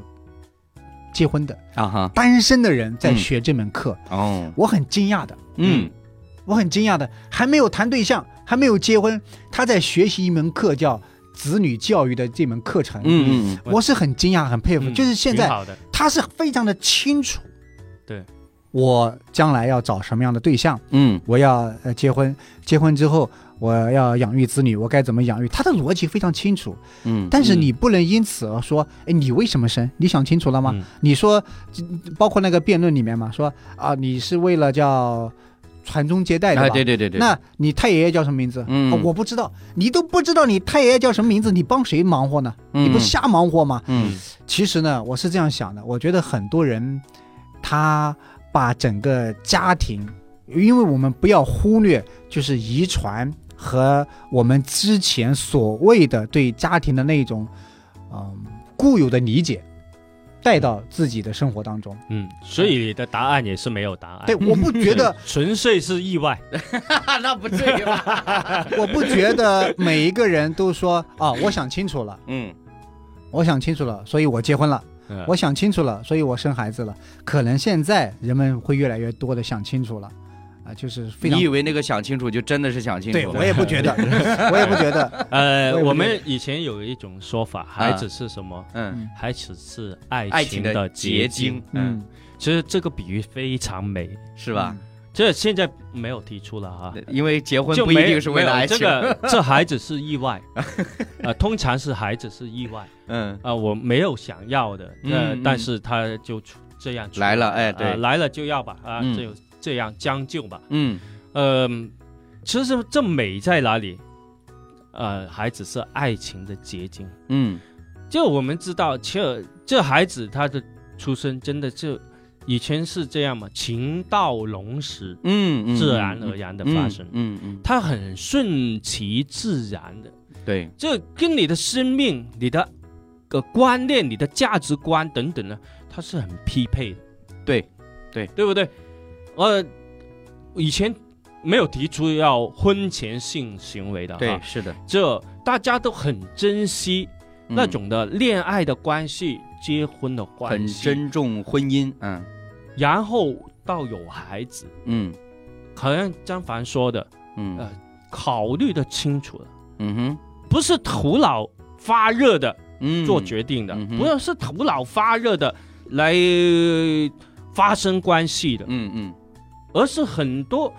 结婚的，啊哈，单身的人在嗯学这门课，哦，我很惊讶的，嗯我很惊讶的，还没有谈对象，还没有结婚，他在学习一门课叫子女教育的这门课程，嗯嗯我是很惊讶、很佩服，嗯就是现在挺好的，他是非常的清楚，对，我将来要找什么样的对象，嗯我要呃结婚，结婚之后我要养育子女，我该怎么养育，他的逻辑非常清楚。嗯，但是你不能因此而说，哎，你为什么生？你想清楚了吗？嗯你说，包括那个辩论里面嘛，说啊，你是为了叫传宗接代的吧？哎，对对对对，那你太爷爷叫什么名字？嗯啊我不知道，你都不知道你太爷爷叫什么名字，你帮谁忙活呢？你不嗯瞎忙活吗？嗯其实呢，我是这样想的，我觉得很多人他把整个家庭，因为我们不要忽略就是遗传和我们之前所谓的对家庭的那种嗯、固有的理解。带到自己的生活当中，嗯，所以你的答案也是没有答案。对，我不觉得，纯粹是意外。嗯 那不至于吧？ 我不觉得每一个人都说啊，我想清楚了，嗯我想清楚了，所以我结婚了，嗯我想清楚了，所以我生孩子了。可能现在人们会越来越多的想清楚了，啊，就是非常你以为那个想清楚就真的是想清楚？对我也不觉得， 我也不觉得，啊呃，我也不我们以前有一种说法，孩子是什么？嗯，孩子是爱爱情情的的结结晶晶。，嗯，其实这个比喻非常美，是吧？这现在没有提出了啊。嗯因为结婚就不没一定是为了没有爱情 这，个这孩子是意外，呃，通常是孩子是意外嗯啊、我没有想要的，嗯呃，嗯但是他就出这样出来了，啊哎，对，来了就要吧，啊、嗯就这样将就吧，呃嗯嗯、其实这美在哪里？呃，孩子是爱情的结晶。嗯就我们知道，这这孩子他的出生真的就以前是这样嘛，情到浓时，嗯嗯，自然而然的发生，嗯嗯，他很顺其自然的，嗯对，这跟你的生命、你的个观念、你的价值观等等呢，它是很匹配的，对，啊对不对？呃，以前没有提出要婚前性行为的，对，，是的，这大家都很珍惜嗯那种的恋爱的关系、结婚的关很系，珍重婚姻，嗯然后到有孩子，嗯好像张凡说的，嗯呃考虑的清楚了，嗯哼，不是头脑发热的嗯，做决定的，嗯哼不要是头脑发热的来发生关系的，嗯嗯而是很多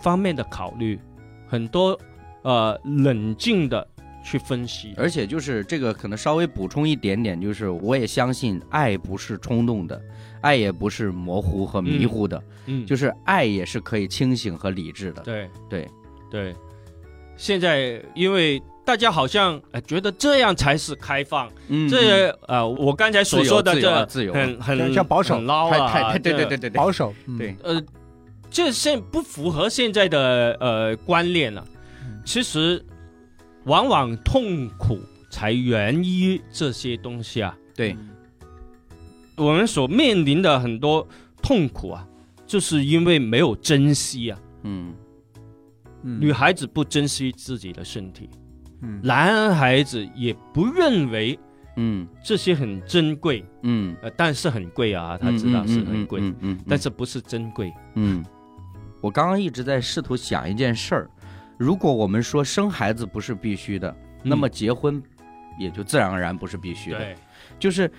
方面的考虑，很多呃冷静的去分析。而且就是这个，可能稍微补充一点点，就是我也相信爱不是冲动的，爱也不是模糊和迷糊的，嗯，就是是爱也是可以清醒和理智的。对对对，现在因为。大家好像呃觉得这样才是开放，嗯，嗯这呃我刚才所说的自由这自由啊自由很很叫保守很捞太啊，太太对这对对对对保守，嗯对，呃，这现不符合现在的呃观念了。嗯其实，往往痛苦才源于这些东西啊。对，我们所面临的很多痛苦啊，就是因为没有珍惜啊。嗯嗯女孩子不珍惜自己的身体，嗯男孩子也不认为嗯这些很珍贵，嗯，呃，但是很贵啊，他知道是很贵，嗯嗯嗯嗯，但是不是珍贵。嗯，我刚刚一直在试图想一件事儿，如果我们说生孩子不是必须的，那么嗯结婚也就自然而然不是必须的。对，就是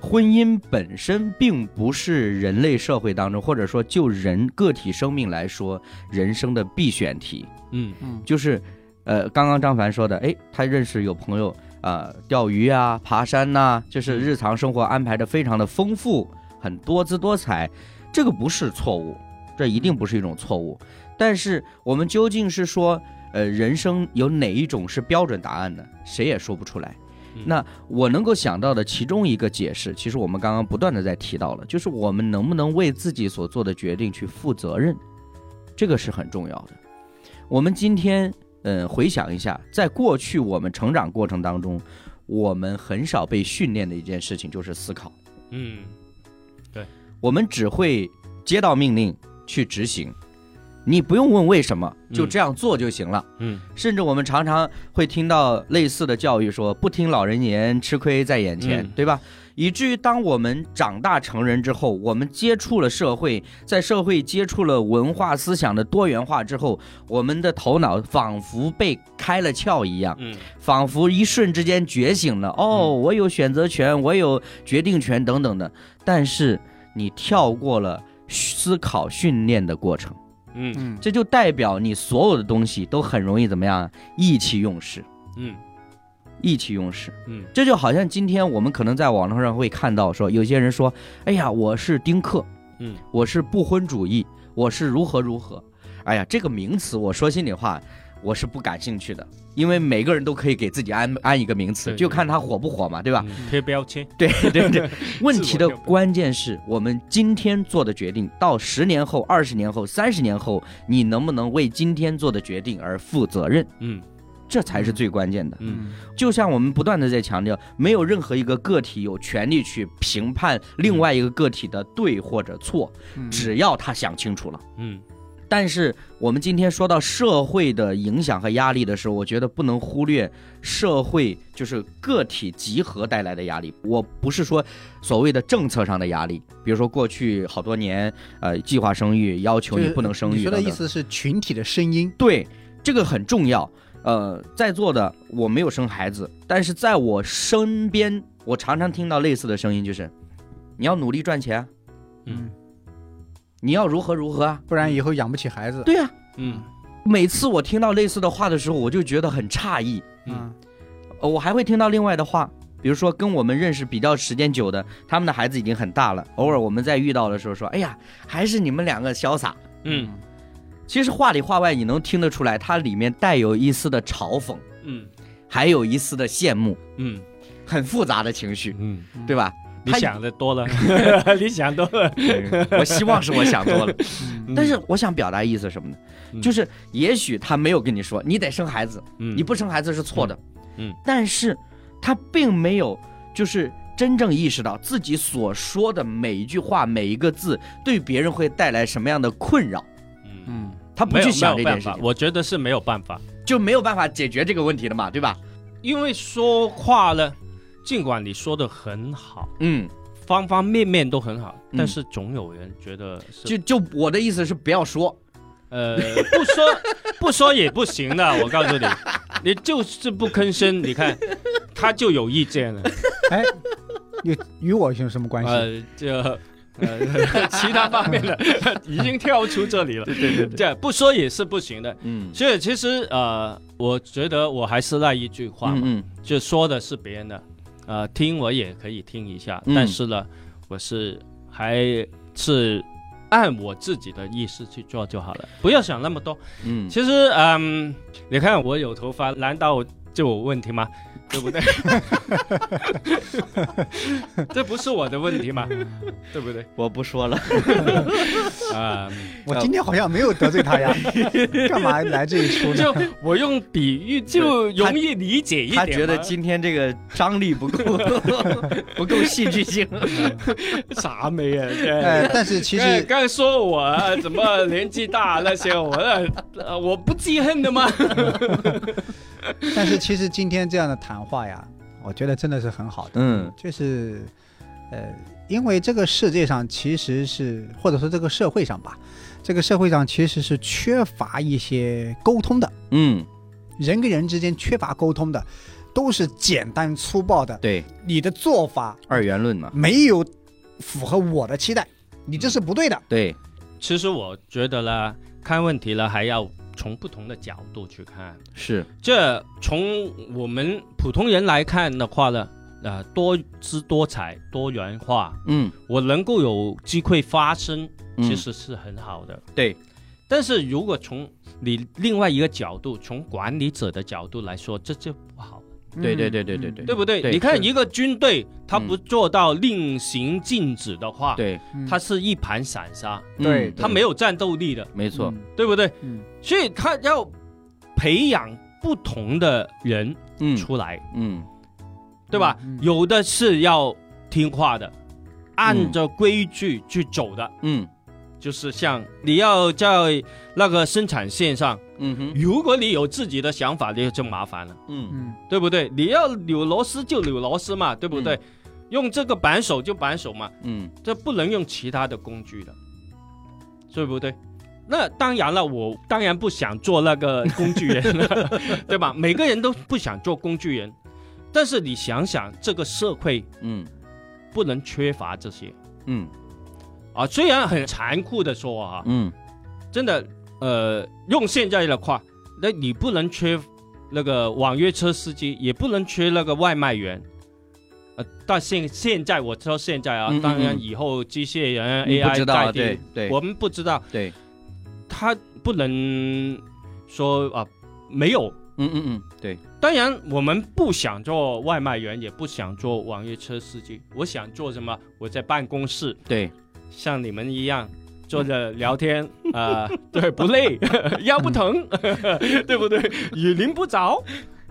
婚姻本身并不是人类社会当中，或者说就人个体生命来说，人生的必选题。嗯嗯就是，呃，刚刚张凡说的，哎，他认识有朋友啊、呃钓鱼啊、爬山呐、就是日常生活安排的非常的丰富，很多姿多彩，这个不是错误，这一定不是一种错误。但是我们究竟是说，呃，人生有哪一种是标准答案呢？谁也说不出来。嗯那我能够想到的其中一个解释，其实我们刚刚不断的在提到了，就是我们能不能为自己所做的决定去负责任，这个是很重要的。我们今天，嗯，回想一下，在过去我们成长过程当中，我们很少被训练的一件事情就是思考，嗯，我们只会接到命令去执行，你不用问为什么，就嗯这样做就行了。嗯甚至我们常常会听到类似的教育说，不听老人言，吃亏在眼前，嗯对吧？以至于当我们长大成人之后，我们接触了社会，在社会接触了文化思想的多元化之后，我们的头脑仿佛被开了窍一样，嗯仿佛一瞬之间觉醒了。哦，嗯我有选择权，我有决定权等等的。但是你跳过了思考训练的过程。嗯嗯这就代表你所有的东西都很容易怎么样啊意气用事，嗯意气用事。嗯这就好像今天我们可能在网络上会看到说，有些人说，哎呀，我是丁克，嗯，我是不婚主义，我是如何如何。哎呀，这个名词，我说心里话，我是不感兴趣的，因为每个人都可以给自己安安一个名词，对就看他火不火嘛，对吧？嗯贴标签， 对对对，问题的自我标榜关键是我们今天做的决定，到十年后、二十年后、三十年后，你能不能为今天做的决定而负责任？嗯这才是最关键的。嗯就像我们不断的在强调，没有任何一个个体有权利去评判另外一个个体的对或者错，嗯只要他想清楚了。嗯但是我们今天说到社会的影响和压力的时候，我觉得不能忽略社会就是个体集合带来的压力。我不是说所谓的政策上的压力，比如说过去好多年，呃，计划生育要求你就是不能生你育说的等意等思是群体的声音，对，这个很重要。呃，在座的我没有生孩子，但是在我身边，我常常听到类似的声音，就是你要努力赚钱啊，嗯，你要如何如何啊。不然以后养不起孩子。对呀、嗯每次我听到类似的话的时候，我就觉得很诧异。嗯嗯，呃，我还会听到另外的话，比如说跟我们认识比较时间久的，他们的孩子已经很大了，偶尔我们在遇到的时候说，哎呀，还是你们两个潇洒。嗯其实话里话外，你能听得出来，它里面带有一丝的嘲讽。嗯嗯还有一丝的羡慕，嗯很复杂的情绪，嗯，对吧？你他想的 多了，你想多了，嗯我希望是我想多了，嗯但是我想表达意思是什么呢？嗯就是也许他没有跟你说你得生孩子，你你不生孩子是错的，嗯嗯但是他并没有就是真正意识到自己所说的每一句话、每一个字对别人会带来什么样的困扰，嗯，嗯他不没有去想这没件有办事法，情，我觉得是没有办法，就没有办法解决这个问题的嘛，对吧？因为说话呢，尽管你说的很好，嗯，方方面面都很好，嗯但是总有人觉得是就就我的意思是不要说，呃，不说 不说也不行的，我告诉你，你就是不吭声，你看他就有意见了。哎，与与我有什么关系？呃，这呃 其他方面的已经跳出 这里了，对对对这不说也是不行的。嗯所以其实呃，我觉得我还是那一句话嘛，嗯就说的是别人的，呃，听我也可以听一下，嗯但是呢，我是还是按我自己的意思去做就好了，不要想那么多。嗯其实，嗯，你看我有头发，难道就有问题吗？对 不对？这不是我的问题吗？对不对？我不说了，啊、我今天好像没有得 罪他呀，干嘛来这一出呢？就我用比喻就容易理解一点嘛。他觉得今天这个张力不够， 不够戏剧性。啥没啊？这哎，但是其刚实刚说我啊怎么年纪大那些，我呃我不记恨的吗？但是其实今天这样的谈话呀，我觉得真的是很好的，嗯就是，呃，因为这个世界上其实是，或者说这个社会上吧，这个社会上其实是缺乏一些沟通的，嗯，人跟人之间缺乏沟通的，都是简单粗暴的，对，你的做法二元论嘛，没有符合我的期待，你这是不对的。对， 其实我觉得呢，看问题呢还要从不同的角度去看。是，这从我们普通人来看的话呢，呃，多姿多彩、多元化，嗯，我能够有机会发声，嗯其实是很好的。对，但是如果从你另外一个角度，从管理者的角度来说，这就不好，对对对对对对对不对？嗯对你是看一个军队，他嗯不做到令行禁止的话，对，嗯他是一盘散沙，啊对嗯他没有战斗力的，没错，，对不对？嗯所以他要培养不同的人嗯出来。嗯对吧？嗯嗯有的是要听话的，按照规矩去走的，嗯就是像你要在那个生产线上，嗯哼如果你有自己的想法，你就麻烦了，嗯嗯对不对？你要扭螺丝就扭螺丝嘛，对不对？用这个扳手就扳手嘛，嗯这不能用其他的工具的，对不对？那当然了，我当然不想做那个工具人了， 对吧？每个人都不想做工具人，但是你想想，这个社会嗯不能缺乏这些嗯啊。虽然很残酷的说啊，嗯真的，呃，用现在的话，那你不能缺那个网约车司机，也不能缺那个外卖员。呃，但现现在我知道现在啊，嗯嗯当然嗯以后机械人你不 AI 知道啊代对替，对我们不知道，对，他不能说啊没有。嗯嗯嗯对，当然，我们不想做外卖员，也不想做网约车司机。我想做什么？我在办公室，对，像你们一样坐着嗯聊天 啊、呃对，不累， 腰不疼， 对不对？雨淋不着，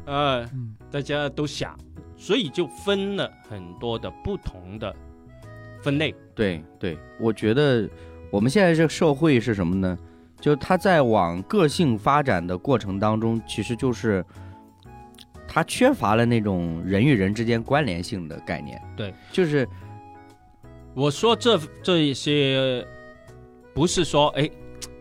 呃，嗯大家都想，所以就分了很多的不同的分类。对对，我觉得我们现在这个社会是什么呢？就它在往个性发展的过程当中，其实就是它缺乏了那种人与人之间关联性的概念。对，就是我说这这一些，不是说哎，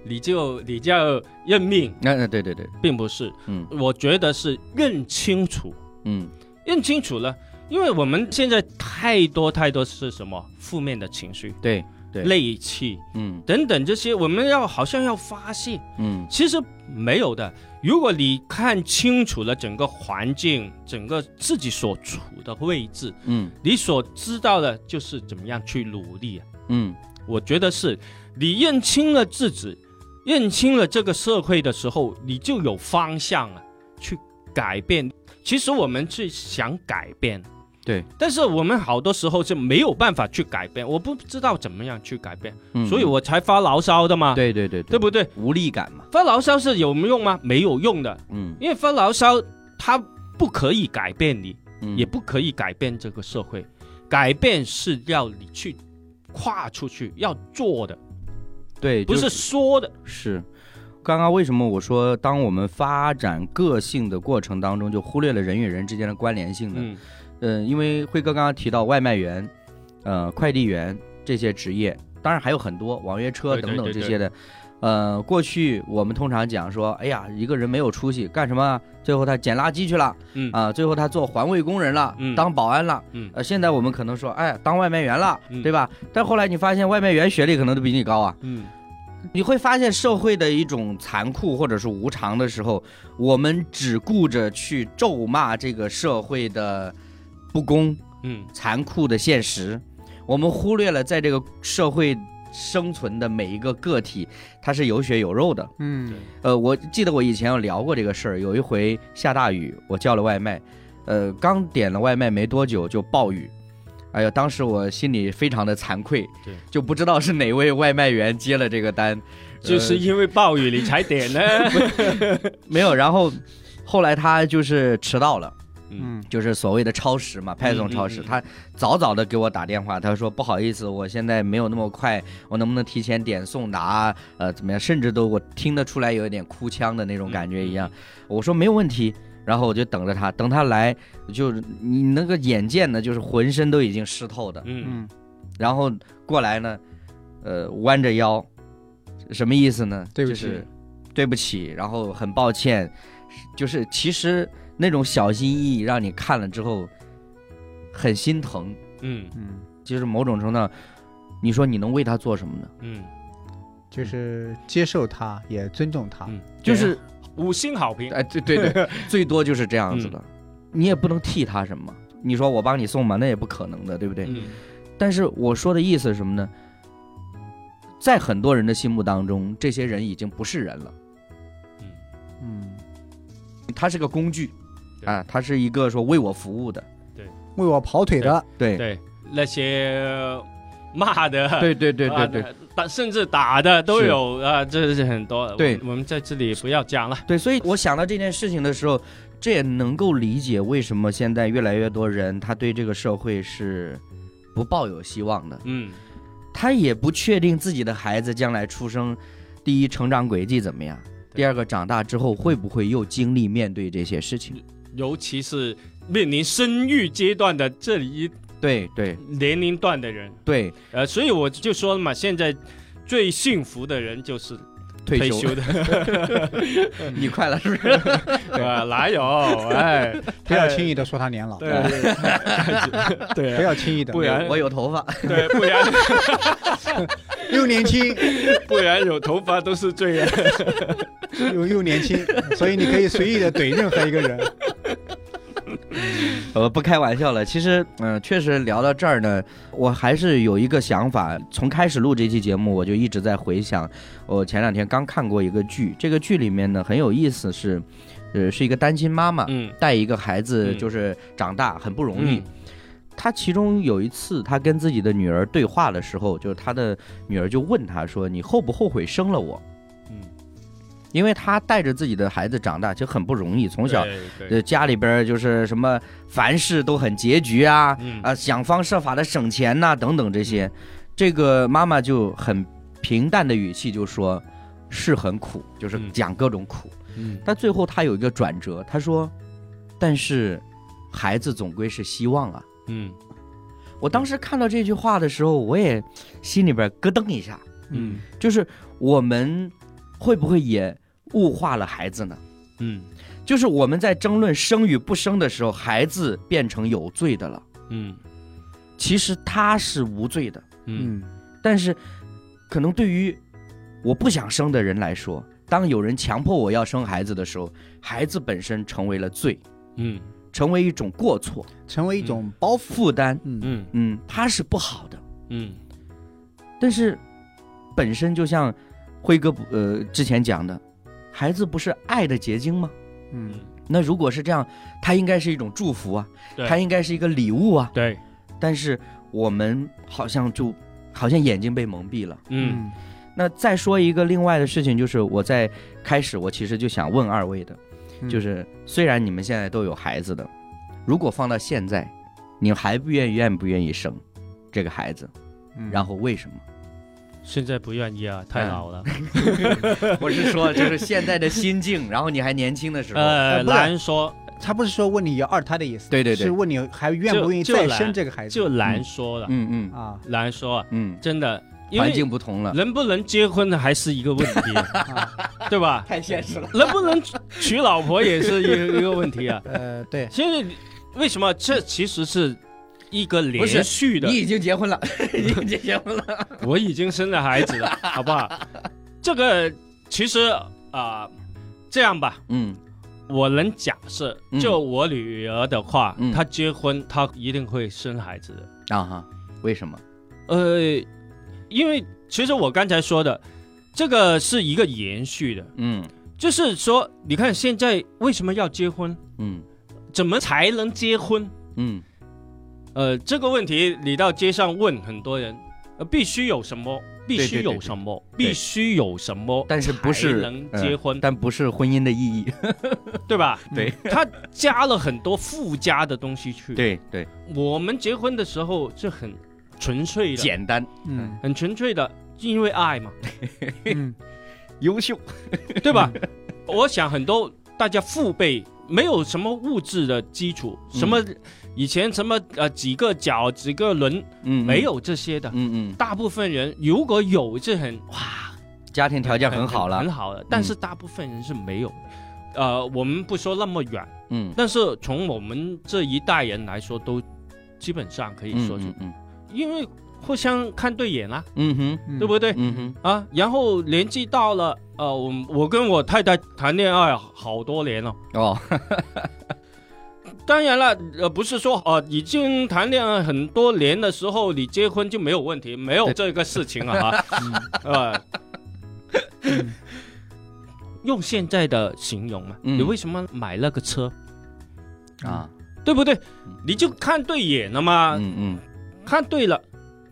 你就你就要认命，那那啊对对对，并不是，嗯我觉得是认清楚，嗯认清楚了，因为我们现在太多太多是什么负面的情绪、对，对戾气。嗯等等这些，我们要好像要发泄，嗯其实没有的。如果你看清楚了整个环境，整个自己所处的位置，嗯你所知道的就是怎么样去努力、啊。嗯我觉得是，你认清了啊自己，认清了这个社会的时候，你就有方向了、去改变，其实我们是想改变，对，但是我们好多时候是没有办法去改变，我不知道怎么样去改变，嗯所以我才发牢骚的嘛，对对对对不对？无力感嘛，发牢骚是有没有用吗？没有用的，嗯，因为发牢骚它不可以改变你，嗯也不可以改变这个社会，改变是要你去跨出去，要做的，对，不就是说的。是，刚刚为什么我说，当我们发展个性的过程当中，就忽略了人与人之间的关联性呢？嗯嗯、因为辉哥刚刚提到外卖员、呃快递员这些职业，当然还有很多网约车对对等等对这对些的。呃，过去我们通常讲说，哎呀，一个人没有出息，干什么啊？最后他捡垃圾去了，嗯啊、最后他做环卫工人了，嗯当保安了，嗯呃，现在我们可能说，哎，当外卖员了，嗯对吧？但后来你发现外卖员学历可能都比你高啊，嗯，你会发现社会的一种残酷或者是无常的时候，我们只顾着去咒骂这个社会的不公、嗯残酷的现实，我们忽略了在这个社会生存的每一个个体，他是有血有肉的。嗯对呃，我记得我以前有聊过这个事儿，有一回下大雨，我叫了外卖，呃，刚点了外卖没多久就暴雨，哎呀，当时我心里非常的惭愧，对，就不知道是哪位外卖员接了这个单，呃就是因为暴雨你才点 呢。没有，然后后来他就是迟到了，嗯就是所谓的超时嘛，派送超时。嗯嗯他早早的给我打电话，他说不好意思，我现在没有那么快，我能不能提前点送达？呃，怎么样？甚至都我听得出来有一点哭腔的那种感觉一样。我说没有问题。然后我就等着他，等他来，就是你那个眼见呢，就是浑身都已经湿透的，嗯，嗯，然后过来呢，呃，弯着腰，什么意思呢？对不就起是对不起，然后很抱歉，就是其实那种小心翼翼让你看了之后很心疼，嗯嗯，就是某种程度上，你说你能为他做什么呢？嗯就是接受他，也尊重他。嗯，就是五星好评。哎，对对 对，最多就是这样子的，嗯你也不能替他什么。你说我帮你送嘛，那也不可能的，对不对？嗯但是我说的意思是什么呢？在很多人的心目当中，这些人已经不是人了。嗯嗯，它是个工具，对啊，它是一个说为我服务的，为我跑腿的，对对，那些骂 的，对对对啊对对，打甚至打的都是有啊，这是很多。我对我们在这里不要讲了。对，所以我想到这件事情的时候，这也能够理解为什么现在越来越多人他对这个社会是不抱有希望的，嗯他也不确定自己的孩子将来出生，第一成长轨迹怎么样，对第二个长大之后会不会又经历面对这些事嗯情，尤其是面临生育阶段的这一对对年龄段的人，对，呃，所以我就说了嘛，现在最幸福的人就是退休，的， 你快了是不是？呃，哪有？哎，不要轻易的说他年老，对对不 对要轻易的 不，然我有头发，对，不然又年轻不然有头发都是 罪人。又又年 轻，所以你可以随意的怼任何一个人。呃，不开玩笑了。其实，嗯、确实聊到这儿呢，我还是有一个想法。从开始录这期节目，我就一直在回想，我前两天刚看过一个剧，这个剧里面呢很有意思是，呃，是一个单亲妈妈、嗯，带一个孩子，嗯就是长大很不容易嗯。她其中有一次，她跟自己的女儿对话的时候，就是她的女儿就问她说：“你后不后悔生了我嗯，？”因为她带着自己的孩子长大，其实很不容易，从小对对，呃，家里边儿就是什么凡事都很拮据啊，嗯啊，想方设法的省钱呐、等等这些，这个妈妈就很平淡的语气就说，是很苦，就是嗯讲各种苦。嗯但最后她有一个转折，她说，但是孩子总归是希望啊。嗯我当时看到这句话的时候，我也心里边咯噔一下，嗯就是我们会不会也物化了孩子呢？嗯就是我们在争论生与不生的时候，孩子变成有罪的了。嗯其实他是无罪的，嗯嗯，但是可能对于我不想生的人来说，当有人强迫我要生孩子的时候，孩子本身成为了罪，嗯成为一种过错、成为一种包袱。负担。嗯嗯嗯，它是不好的，嗯但是本身就像辉哥呃之前讲的，孩子不是爱的结晶吗？嗯，那如果是这样，它应该是一种祝福啊，对它应该是一个礼物啊。对，但是我们好像就好像眼睛被蒙蔽了。嗯，那再说一个另外的事情，就是我在开始我其实就想问二位的，嗯就是虽然你们现在都有孩子的，如果放到现在，你还不愿意愿不愿意生这个孩子？嗯然后为什么？现在不愿意啊，太老了。 我是说，就是现在的心境，然后你还年轻的时候，呃，呃不然兰说他不是说问你要二胎的意思，对对对是问你还愿不愿意就就再来生这个孩子，就兰说了，嗯嗯啊兰说啊嗯，真的，因环为境不同了，能不能结婚的还是一个问题，啊，对吧？太现实了。能不能娶老婆也是一个一个问 题啊。呃，对，其实为什么这其实是一个不是连续的你，已经结婚了，你 已经结婚了。我已经生了孩子了，好不好？这个其实啊、这样吧，嗯我能假设，嗯就我女儿的话，嗯她结婚她一定会生孩子的。啊哈，为什么？呃，因为其实我刚才说的，这个是一个延续的，嗯就是说，你看现在为什么要结婚？嗯怎么才能结婚？嗯呃，这个问题你到街上问很多人，呃，必须有什么，必须有什么，对必须有什么，但是不是呃才能结婚，但不是婚姻的意义。对吧？对他加了很多附加的东西去。，对对，我们结婚的时候是很纯粹的，简单、嗯很纯粹的，因为爱 嘛， 嗯优秀。对吧？我想很多大家父辈没有什么物质的基础，嗯什么以前什么呃几个脚几个轮嗯，没。有这些的，嗯嗯，大部分人如果有是很家庭条件很好很了。嗯好的，但是大部分人是没有的。呃，我们不说那么远，嗯，但是从我们这一代人来说，都基本上可以说出，嗯嗯因为互相看对眼啦、嗯哼嗯对不对？嗯哼啊，然后年纪到了，呃，我我跟我太太谈恋爱好多年了。哦，当然了，呃，不是说呃，已经谈恋爱很多年的时候，你结婚就没有问题，没有这个事情啊， 哈，呃，用现在的形容嘛，嗯你为什么买那个车，啊，对不对？你就看对眼了嘛，嗯嗯，看对了，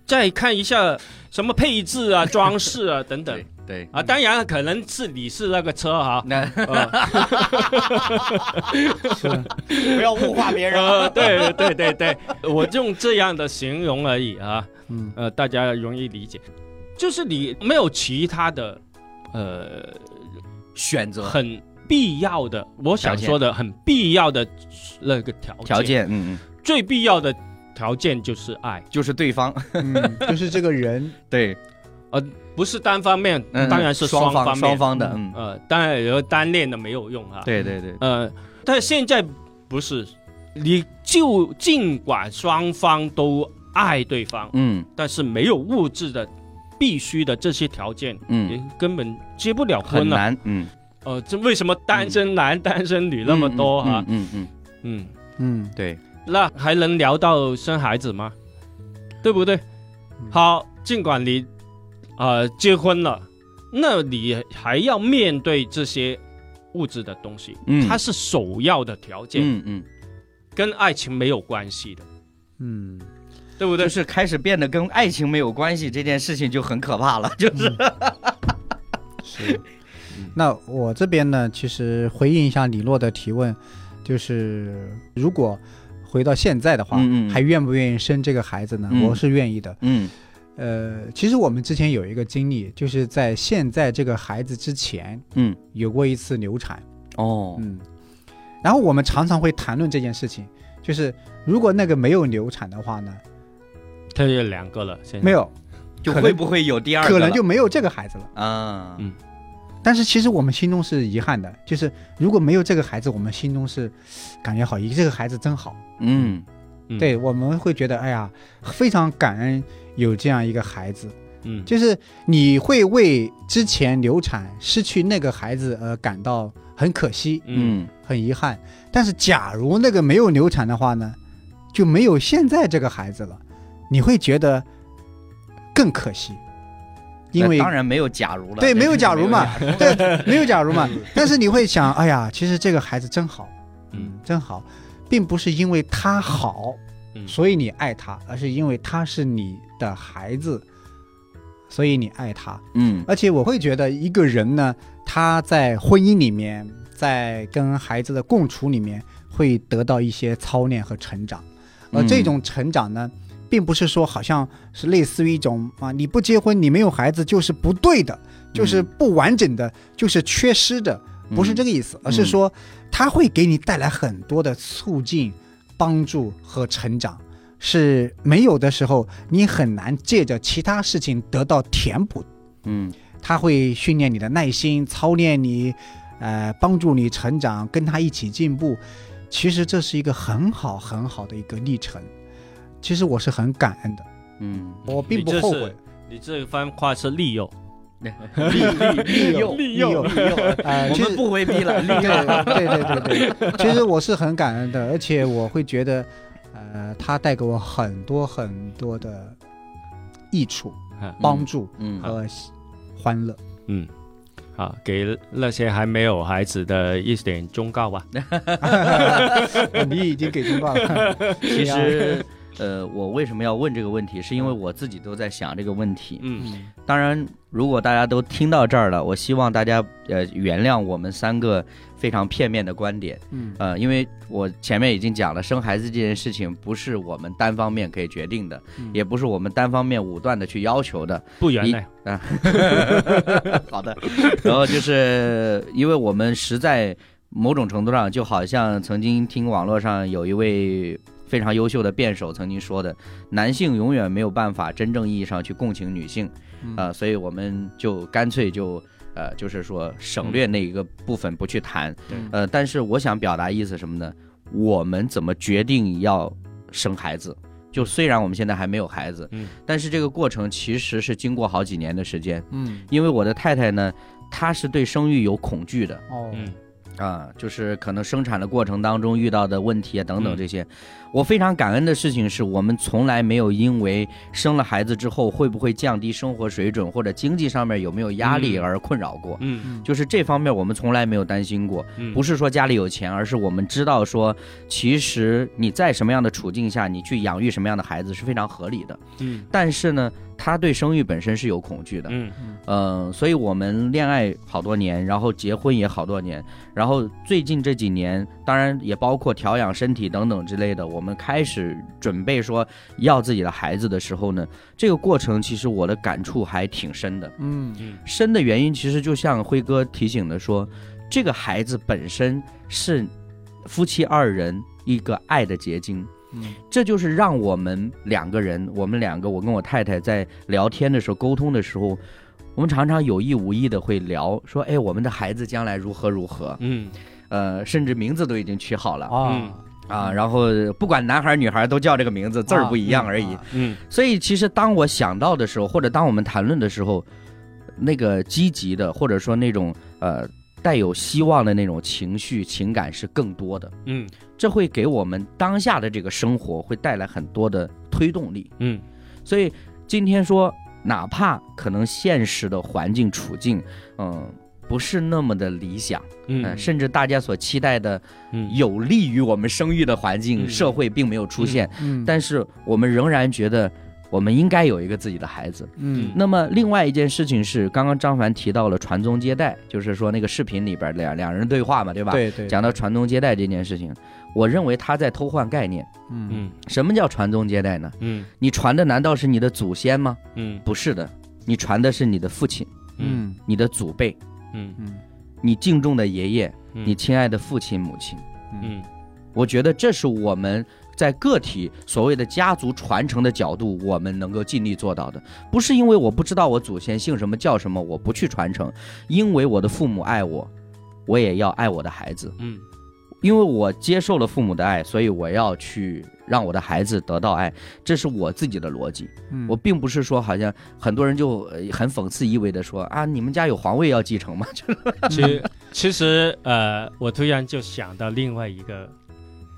再看一下什么配 置啊、装饰啊等等对对。啊，当然了可能是你是那个车 哈、那呃嗯 是不要物化别呃，对对对 对，我用这样的形容而已啊，嗯呃，大家容易理解，就是你没有其他的，呃，选择很必要的，我想条件说的很必要的那个条件，条件，嗯嗯，最必要的条件就是爱，就是对方嗯，就是这个人，对，呃不是单方面，嗯当然是双方方面，双方的，嗯，呃，当然有单恋的没有用啊，，对对对，呃，但现在不是，你就尽管双方都爱对方，嗯但是没有物质的必须的这些条件，也嗯，根本结不了很婚了。难，嗯，呃，这为什么单身男、单身女那么多嗯啊？嗯嗯，嗯，嗯嗯对，那还能聊到生孩子吗？对不对？嗯好，尽管你呃结婚了，那你还要面对这些物质的东西，嗯，它是首要的条件，嗯嗯，跟爱情没有关系的，嗯，对不对就？是开始变得跟爱情没有关系，这件事情就很可怕了，就是，嗯是。 那我这边呢，其实回应一下李洛的提问，就是如果回到现在的话，嗯嗯还愿不愿意生这个孩子呢？嗯我是愿意的。嗯呃，其实我们之前有一个经历，就是在现在这个孩子之前嗯，有过一次流产。哦，嗯，然后我们常常会谈论这件事情，就是如果那个没有流产的话呢，哎它有两个了，现在没有，就可能会不会有第二个可了？能就没有这个孩子了。啊，嗯但是其实我们心中是遗憾的，就是如果没有这个孩子，我们心中是感觉好，咦，这个孩子真好。嗯嗯对，我们会觉得，哎呀，非常感恩有这样一个孩子。嗯，就是你会为之前流产失去那个孩子而感到很可惜、嗯嗯很遗憾。但是假如那个没有流产的话呢，就没有现在这个孩子了，你会觉得更可惜，因那为当然没有假如了，对，没有假如嘛没有假，对，没有假如嘛。但是你会想，哎呀，其实这个孩子真好，嗯，真好，并不是因为他好，嗯所以你爱他，而是因为他是你的孩子，所以你爱他。嗯而且我会觉得，一个人呢，他在婚姻里面，在跟孩子的共处里面，会得到一些操练和成长。而嗯呃这种成长呢，并不是说好像是类似于一种啊，你不结婚，你没有孩子就是不对的，就是不完整的，就是缺失的，不是这个意思，而是说它会给你带来很多的促进、帮助和成长。是没有的时候，你很难借着其他事情得到填补嗯他会训练你的耐心，操练你，呃，帮助你成长，跟他一起进步。其实这是一个很好很好的一个历程。其实我是很感恩的，嗯，我并不你这后是悔。你这番话是利诱，利利诱，利利诱，呃，我其们实不回避了，利 对诱，对对对对，其实我是很感恩的，而且我会觉得，呃，他带给我很多很多的益处、啊帮助嗯和欢 乐。 嗯，好，给那些还没有孩子的一点忠告吧。你已经给忠告了，其实。呃，我为什么要问这个问题？是因为我自己都在想这个问题。嗯嗯当然，如果大家都听到这儿了，我希望大家呃原谅我们三个非常片面的观点。嗯呃，因为我前面已经讲了，生孩子这件事情不是我们单方面可以决定的，嗯也不是我们单方面武断的去要求的。不原一谅， 好的，然后就是因为我们实在某种程度上，就好像曾经听网络上有一位非常优秀的辩手曾经说的，男性永远没有办法真正意义上去共情女性，嗯啊、所以我们就干脆就。呃，就是说省略那一个部分不去谈，嗯对呃，但是我想表达意思什么呢？我们怎么决定要生孩子？就虽然我们现在还没有孩子，嗯，但是这个过程其实是经过好几年的时间，嗯因为我的太太呢，她是对生育有恐惧的哦嗯啊、就是可能生产的过程当中遇到的问题啊等等嗯这些。我非常感恩的事情是我们从来没有因为生了孩子之后会不会降低生活水准或者经济上面有没有压力嗯而困扰过，嗯就是这方面我们从来没有担心过。嗯，不是说家里有钱，而是我们知道说，其实你在什么样的处境下，你去养育什么样的孩子是非常合理的。嗯但是呢，她对生育本身是有恐惧的，嗯嗯，所以我们恋爱好多年，然后结婚也好多年，然后最近这几年，当然也包括调养身体等等之类的，我们开始准备说要自己的孩子的时候呢，这个过程其实我的感触还挺深的。嗯嗯深的原因其实就像辉哥提醒的说，这个孩子本身是夫妻二人一个爱的结晶，嗯这就是让我们两个人，我们两个，我跟我太太在聊天的时候、沟通的时候，我们常常有意无意的会聊说，哎，我们的孩子将来如何如何，嗯呃，甚至名字都已经取好了啊啊然后不管男孩女孩都叫这个名字，字儿不一样而已。啊嗯所以其实当我想到的时候，或者当我们谈论的时候，那个积极的，或者说那种呃带有希望的那种情绪情感是更多的。嗯这会给我们当下的这个生活会带来很多的推动力。嗯所以今天说，哪怕可能现实的环境处境，嗯、不是那么的理想，嗯、嗯，甚至大家所期待的嗯有利于我们生育的环境、嗯社会并没有出现，嗯但是我们仍然觉得我们应该有一个自己的孩子。嗯那么另外一件事情是，刚刚张凡提到了传宗接代，就是说那个视频里边两两人对话嘛，对吧？对对讲到传宗接代这件事情，我认为他在偷换概念。嗯嗯什么叫传宗接代呢？嗯你传的难道是你的祖先吗？嗯不是的，你传的是你的父亲、嗯嗯你的祖辈、嗯嗯你敬重的爷爷、嗯你亲爱的父亲、母亲。嗯我觉得这是我们在个体所谓的家族传承的角度，我们能够尽力做到的。不是因为我不知道我祖先姓什么叫什么，我不去传承，因为我的父母爱我，我也要爱我的孩子。嗯因为我接受了父母的爱，所以我要去让我的孩子得到爱，这是我自己的逻辑。嗯我并不是说，好像很多人就呃很讽刺意味的说啊，你们家有皇位要继承吗？ 就是其其实呃，我突然就想到另外一个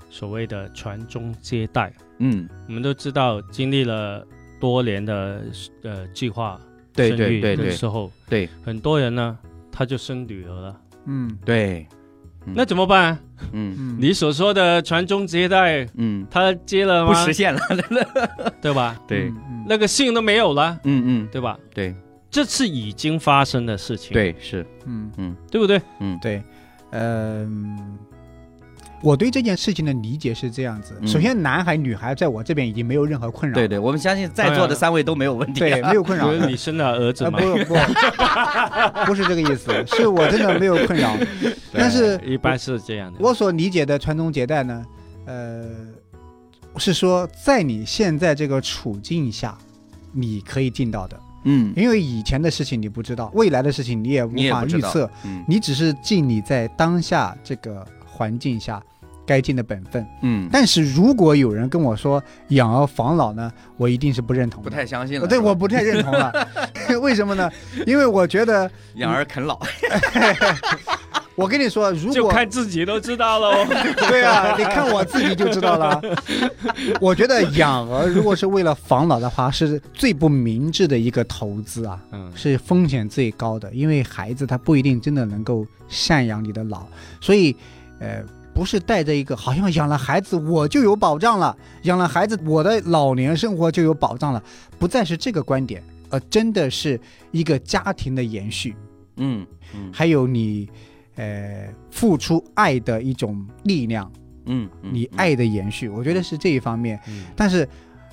所谓的传宗接代。嗯，我们都知道，经历了多年的呃计划对生对育对的对时候，对很多人呢他就生女儿了，嗯对，嗯那怎么办啊？嗯嗯，你所说的传宗接代，嗯，他接了不吗实？现了， 对吧？对，嗯，那个姓都没有了，嗯嗯，对吧？对这是已经发生的事情，对是，嗯对不对？嗯对，嗯，我对这件事情的理解是这样子：嗯首先，男孩女孩在我这边已经没有任何困扰，对对，我们相信在座的三位都没有问题 对，啊，没有困扰所的以。你生了儿子呃，嘛不，不，不 是这个意思，是我真的没有困 扰。但是一般是这样的。我所理解的传宗接代呢，呃，是说在你现在这个处境下，你可以尽到的，嗯因为以前的事情你不知道，未来的事情你也无你也法不知预道测，嗯你只是尽你在当下这个环境下该尽的本分。嗯，但是如果有人跟我说养儿防老呢，我一定是不认同不的。太相信呃了，对，是吧我不太认同了， 为什么呢？因为我觉得，养儿啃老，我跟你说，如就果看自己都知道哦喽。 对啊，你看我自己就知道了。我觉得养儿如果是为了防老的话，是最不明智的一个投资啊。嗯，是风险最高的，因为孩子他不一定真的能够赡养你的老，所以，呃，不是带着一个好像养了孩子我就有保障了，养了孩子我的老年生活就有保障了，不再是这个观点，而真的是一个家庭的延续，嗯嗯还有你，呃，付出爱的一种力量，嗯，嗯你爱的延续，我觉得是这一方面。嗯但是，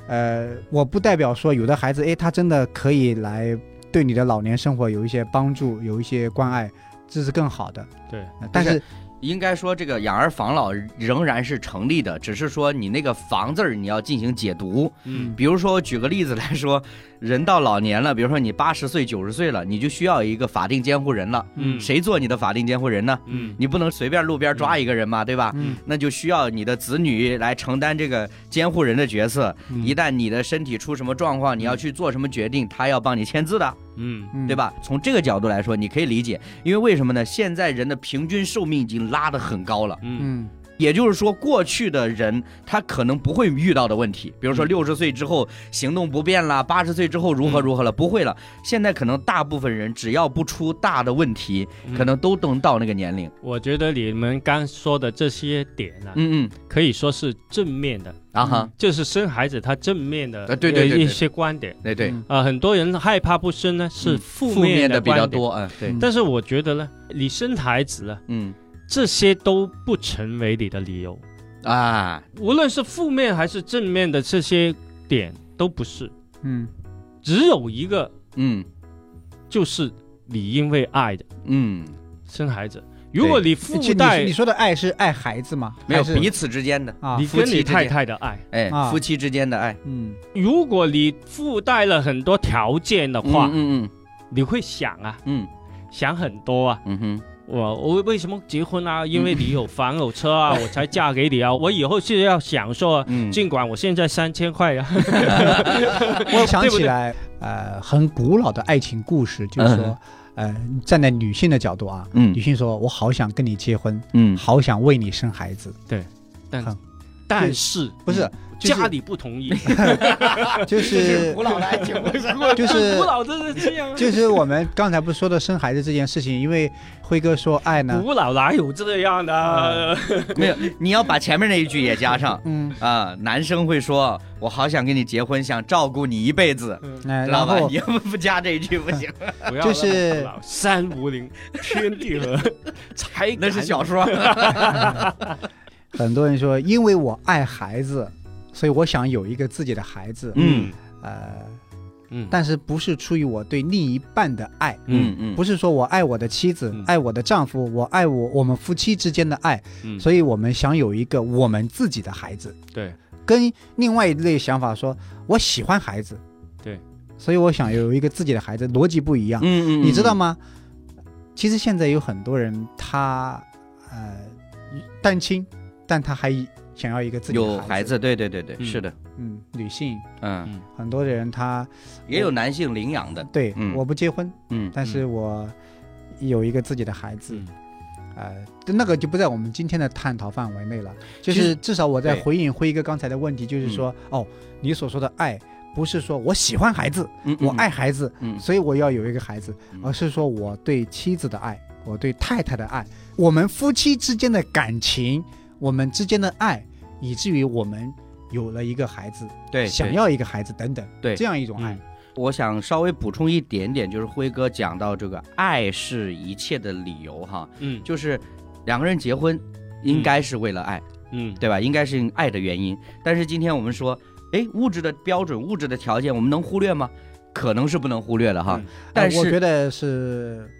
呃，我不代表说有的孩子，哎，他真的可以来对你的老年生活有一些帮助，有一些关爱，这是更好的。对，呃但是，应该说这个养儿防老仍然是成立的，只是说你那个“防”字儿你要进行解读。嗯，比如说，我举个例子来说，人到老年了，比如说你八十岁、九十岁了，你就需要一个法定监护人了。嗯谁做你的法定监护人呢？嗯你不能随便路边抓一个人嘛，对吧？嗯，那就需要你的子女来承担这个监护人的角色。嗯一旦你的身体出什么状况，你要去做什么决定，他要帮你签字的。嗯嗯对？吧？从这个角度来说，你可以理解，因为为什么呢？现在人的平均寿命已经拉得很高了，嗯嗯也就是说，过去的人他可能不会遇到的问题，比如说嗯六十岁之后行动不便啦，八十岁之后如何如何了，不会了。现在可能大部分人只要不出大的问题，嗯，可能都能到那个年龄。我觉得你们刚说的这些点啊，嗯嗯，可以说是正面的，啊哈，就是生孩子他正面的啊对对对呃对一些观点对对，嗯啊，很多人害怕不生呢是嗯负负面的的比较观点。多，嗯，对，但是我觉得呢，你生孩子了，嗯这些都不成为你的理由，啊，无论是负面还是正面的这些点都不是，嗯只有一个嗯就是你因为爱的嗯，生孩子。如果其你附实带你你说的爱是爱孩子吗？没有还是彼此之间的，啊你，夫跟妻你之间太太的爱，哎啊，夫妻之间的哎爱，嗯如果你附带了很多条件的话，嗯嗯你会想啊，嗯想很多啊。嗯哼，我我为什么结婚啊？因嗯为你有房有车啊，我才嫁给你啊。我以后是要享受啊。嗯，尽管我现在三千 块啊，我想对不起对来，呃，很古老的爱情故事，就是说，呃，站在女性的角度啊，嗯女性说：“我好想跟你结婚， 嗯好想为你生孩子。但哼但是不是”嗯就是家里不同意， 就就是是 古老的爱情故事。 就是古老真是这样啊。就是我们刚才不是说的生孩子这件事情，因为辉哥说爱呢，古老哪有这样的？ 没有，你要把前面那一句也加上嗯，啊。男生会说：“我好想跟你结婚，想照顾你一辈子。”哎知道然吧？ 后你要不不加这一句不 行，嗯不要就是那么古老三 五零天地合，才敢那是小说。很多人说，因为我爱孩子，所以我想有一个自己的孩子，嗯呃，嗯但是不是出于我对另一半的爱，嗯嗯，不是说我爱我的妻子嗯，爱我的丈夫，我爱我我们夫妻之间的爱，嗯所以我们想有一个我们自己的孩子，对跟另外一类想法说，我喜欢孩子，对，所以我想有一个自己的孩子，逻辑不一样。嗯嗯，你知道？吗？其实现在有很多人他呃单亲，但他还想要一个自己的有孩孩，子，对对对对，嗯是的，嗯，女性嗯，嗯很多人他也有男性领养的，对、嗯我不结婚，嗯但是我有一个自己的孩子，嗯呃，那个就不在我们今天的探讨范围内了。就其是实至少我在对嗯回应辉哥刚才的问题，就是说、哦，你所说的爱。不是说我喜欢孩子，嗯我爱，孩子，嗯所以我要有一个孩子，嗯而是说我对妻子的爱，我对太太的爱，我们夫妻之间的感情，我们之间的爱，以至于我们有了一个孩子，对，想对要一个孩子等等，对这样一种爱嗯，我想稍微补充一点点，就是辉哥讲到这个爱是一切的理由哈，嗯就是两个人结婚应该是为了爱，嗯对吧？应该是爱的原因。但是今天我们说，哎，物质的标准、物质的条件，我们能忽略吗？可能是不能忽略的哈。嗯但呃我觉是得是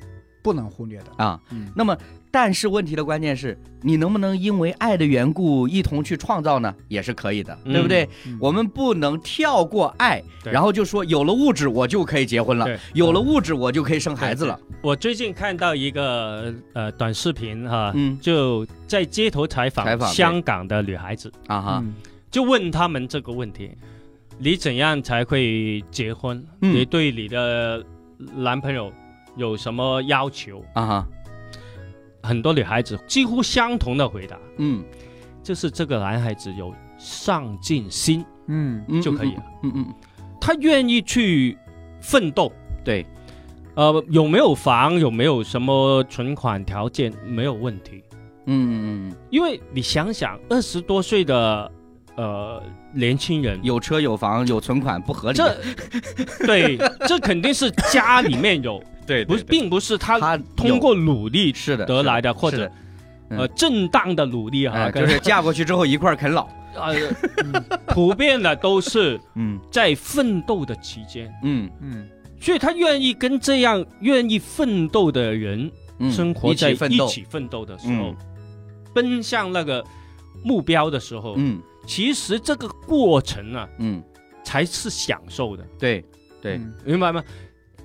不能忽略的。啊，嗯，那么但是问题的关键是你能不能因为爱的缘故一同去创造呢？也是可以的，嗯对不对？嗯我们不能跳过爱，对然后就说有了物质我就可以结婚了对，有了物质我就可以生孩子了。我最近看到一个呃短视频哈、嗯就在街头采访采访对香港的女孩子，啊哈，嗯就问他们这个问题：你怎样才会结婚？嗯你对你的男朋友有什么要求？啊哈，很多女孩子几乎相同的回答，嗯就是这个男孩子有上进心嗯嗯就可以了，嗯嗯，嗯他愿意去奋斗。对，呃，有没有房，有没有什么存款条件，没有问题。嗯嗯嗯，因为你想想，二十多岁的呃年轻人，有车有房有存款不合理，这啊 对这肯定是家里面有，对不是，并不是他他通有过努力是的得来的，是或是者啊的。嗯呃，正当的努力哎哈，就是嫁过去之后一块儿啃老，呃，嗯普遍的都是嗯在奋斗的期间，嗯嗯所以他愿意跟这样愿意奋斗的人嗯，生活一在起奋一斗，起奋斗的时候嗯，奔向那个目标的时候，嗯其实这个过程啊嗯，才是享受的，对 对，嗯明白吗？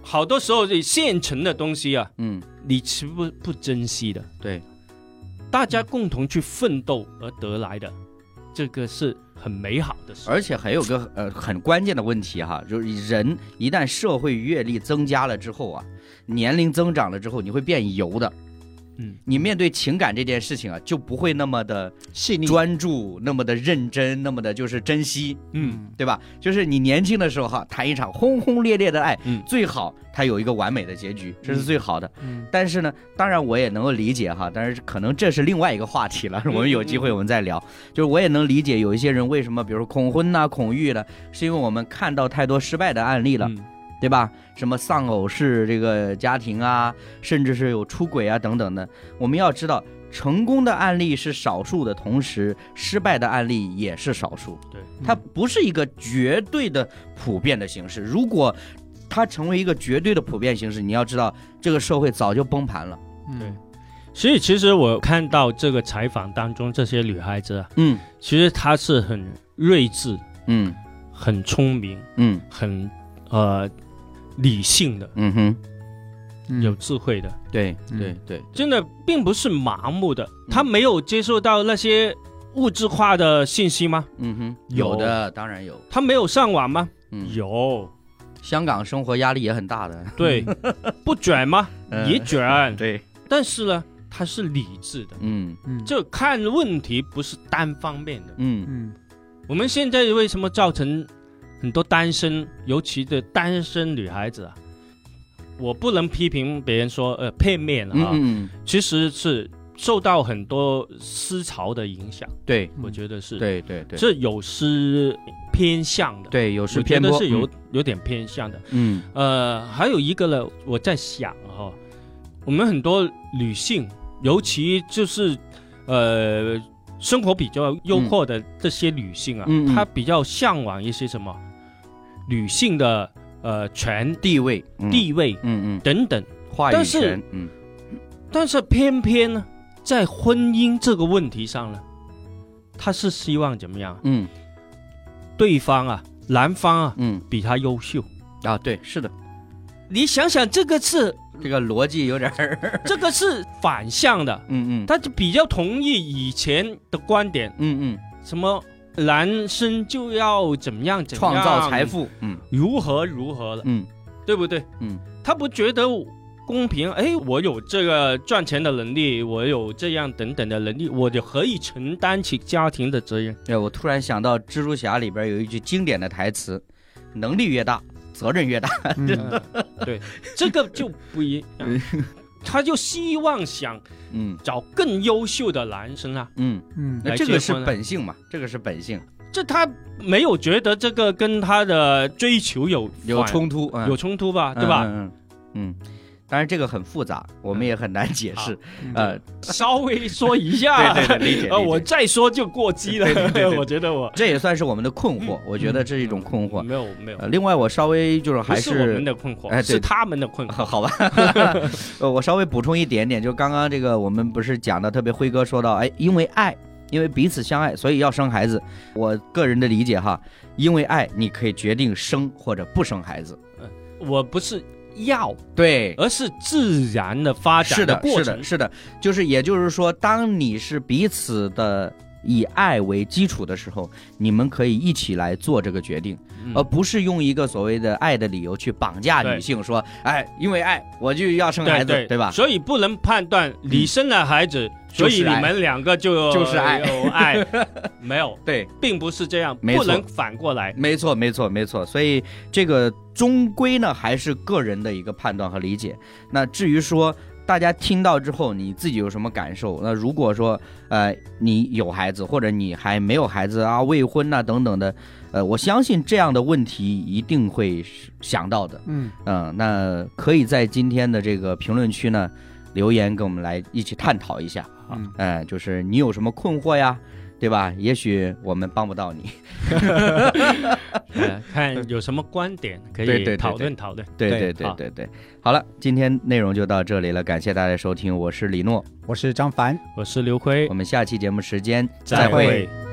好多时候这现成的东西啊，嗯你是不不珍惜的，对，大家共同去奋斗而得来的，这个是很美好的事。而且还有个呃很关键的问题哈，就是人一旦社会阅历增加了之后啊，年龄增长了之后，你会变油的。嗯，你面对情感这件事情啊，就不会那么的细腻专注，那么的认真，那么的就是珍惜，嗯嗯对吧？就是你年轻的时候哈，谈一场轰轰烈烈的爱，嗯最好它有一个完美的结局，这是嗯最好的。嗯但是呢，当然我也能够理解哈，但是可能这是另外一个话题了，嗯我们有机会我们再聊。就是我也能理解有一些人为什么，比如说恐婚呐、恐育了，是因为我们看到太多失败的案例了，嗯对吧？什么丧偶式这个家庭啊，甚至是有出轨啊等等的。我们要知道，成功的案例是少数的同时，失败的案例也是少数。对，它不是一个绝对的普遍的形式。如果它成为一个绝对的普遍形式，你要知道，这个社会早就崩盘了。嗯对所以其实我看到这个采访当中，这些女孩子啊，嗯其实她是很睿智、嗯很聪明、嗯很呃理性的、嗯哼，嗯有智慧的，对嗯对对，真的并不是盲目的。嗯她没有接受到那些物质化的信息吗？嗯哼，有有的当然有。她没有上网吗？嗯，有，香港生活压力也很大的。对， 不卷吗？嗯也卷，对，但是呢，她是理智的。嗯嗯这看问题不是单方面的。嗯 嗯我们现在为什么造成很多单身，尤其的单身女孩子啊？我不能批评别人说呃片面嗯啊，嗯，其实是受到很多思潮的影响，对我觉嗯得是，嗯对对对，这有失偏向的，，对有我时觉偏得颇是有、有点偏向的。嗯呃，还有一个呢，我在想哈、我们很多女性，尤其就是呃生活比较优渥的这些女性啊，嗯嗯她比较向往一些什么女性的呃权地位地位嗯嗯等等，话语但是权嗯但是偏偏呢，在婚姻这个问题上呢，她是希望怎么样啊？嗯对方啊，男方啊，嗯比她 优秀。啊对是的，你想想，这个是这个逻辑有点儿这个是反向的，嗯嗯他就比较同意以前的观点，嗯嗯什么男生就要怎么样怎么创样造财，富嗯如何如何了，嗯对不对？嗯，他不觉得公平，哎，我有这个赚钱的能力，我有这样等等的能力，我就可以承担起家庭的责任。哎，我突然想到蜘蛛侠里边有一句经典的台词：“ 能力越大，责任越大。嗯对，这个就不一样。他就希望想嗯找更优秀的男生啊，嗯，嗯那来这个结是婚了本性嘛，这个是本性，这他没有觉得这个跟他的追求有有反冲突，嗯有冲突吧，对吧？嗯嗯，嗯当然这个很复杂，我们也很难解释。嗯呃，稍微说一下，对对 对，理解。呃，理解我再说就过激了，对对对对 我觉得我这也算是我们的困嗯惑，我觉得这是一种困惑。没有没有，呃，另外我稍微就是嗯不还是我们的困哎惑，对是他们的困惑。 好吧，呃，我稍微补充一点点，就刚刚这个我们不是讲的特别，辉哥说到，哎，因为爱，因为彼此相爱，所以要生孩子。我个人的理解哈，因为爱，你可以决定生或者不生孩子。我不是要，对，而是自然的发是展的的，过是程的，。是的，就是也就是说，当你是彼此的以爱为基础的时候，你们可以一起来做这个决定，嗯而不是用一个所谓的爱的理由去绑架女对性，说，哎，因为爱我就要生孩对子，对吧？嗯所以不能判断你生了孩子，所以就是你爱们两个就就是爱有 爱，没有，对，并不是这样，没不错能反过 来。没错，没错，没错。所以这个终归呢，还是个人的一个判断和理解。那至于说大家听到之后你自己有什么感受，那如果说呃你有孩子或者你还没有孩子啊、未婚呐、等等的，呃，我相信这样的问题一定会想到的。嗯，嗯、那可以在今天的这个评论区呢留言，跟我们来一起探讨一下。嗯哎、就是你有什么困惑呀，对吧？也许我们帮不到你。呃看有什么观点可对对对以讨论讨论。对对对对好对对，好了，今天内容就到这里了，感谢大家收听，我是李诺，我是张凡。我是刘辉我，们下期节目时间再会会。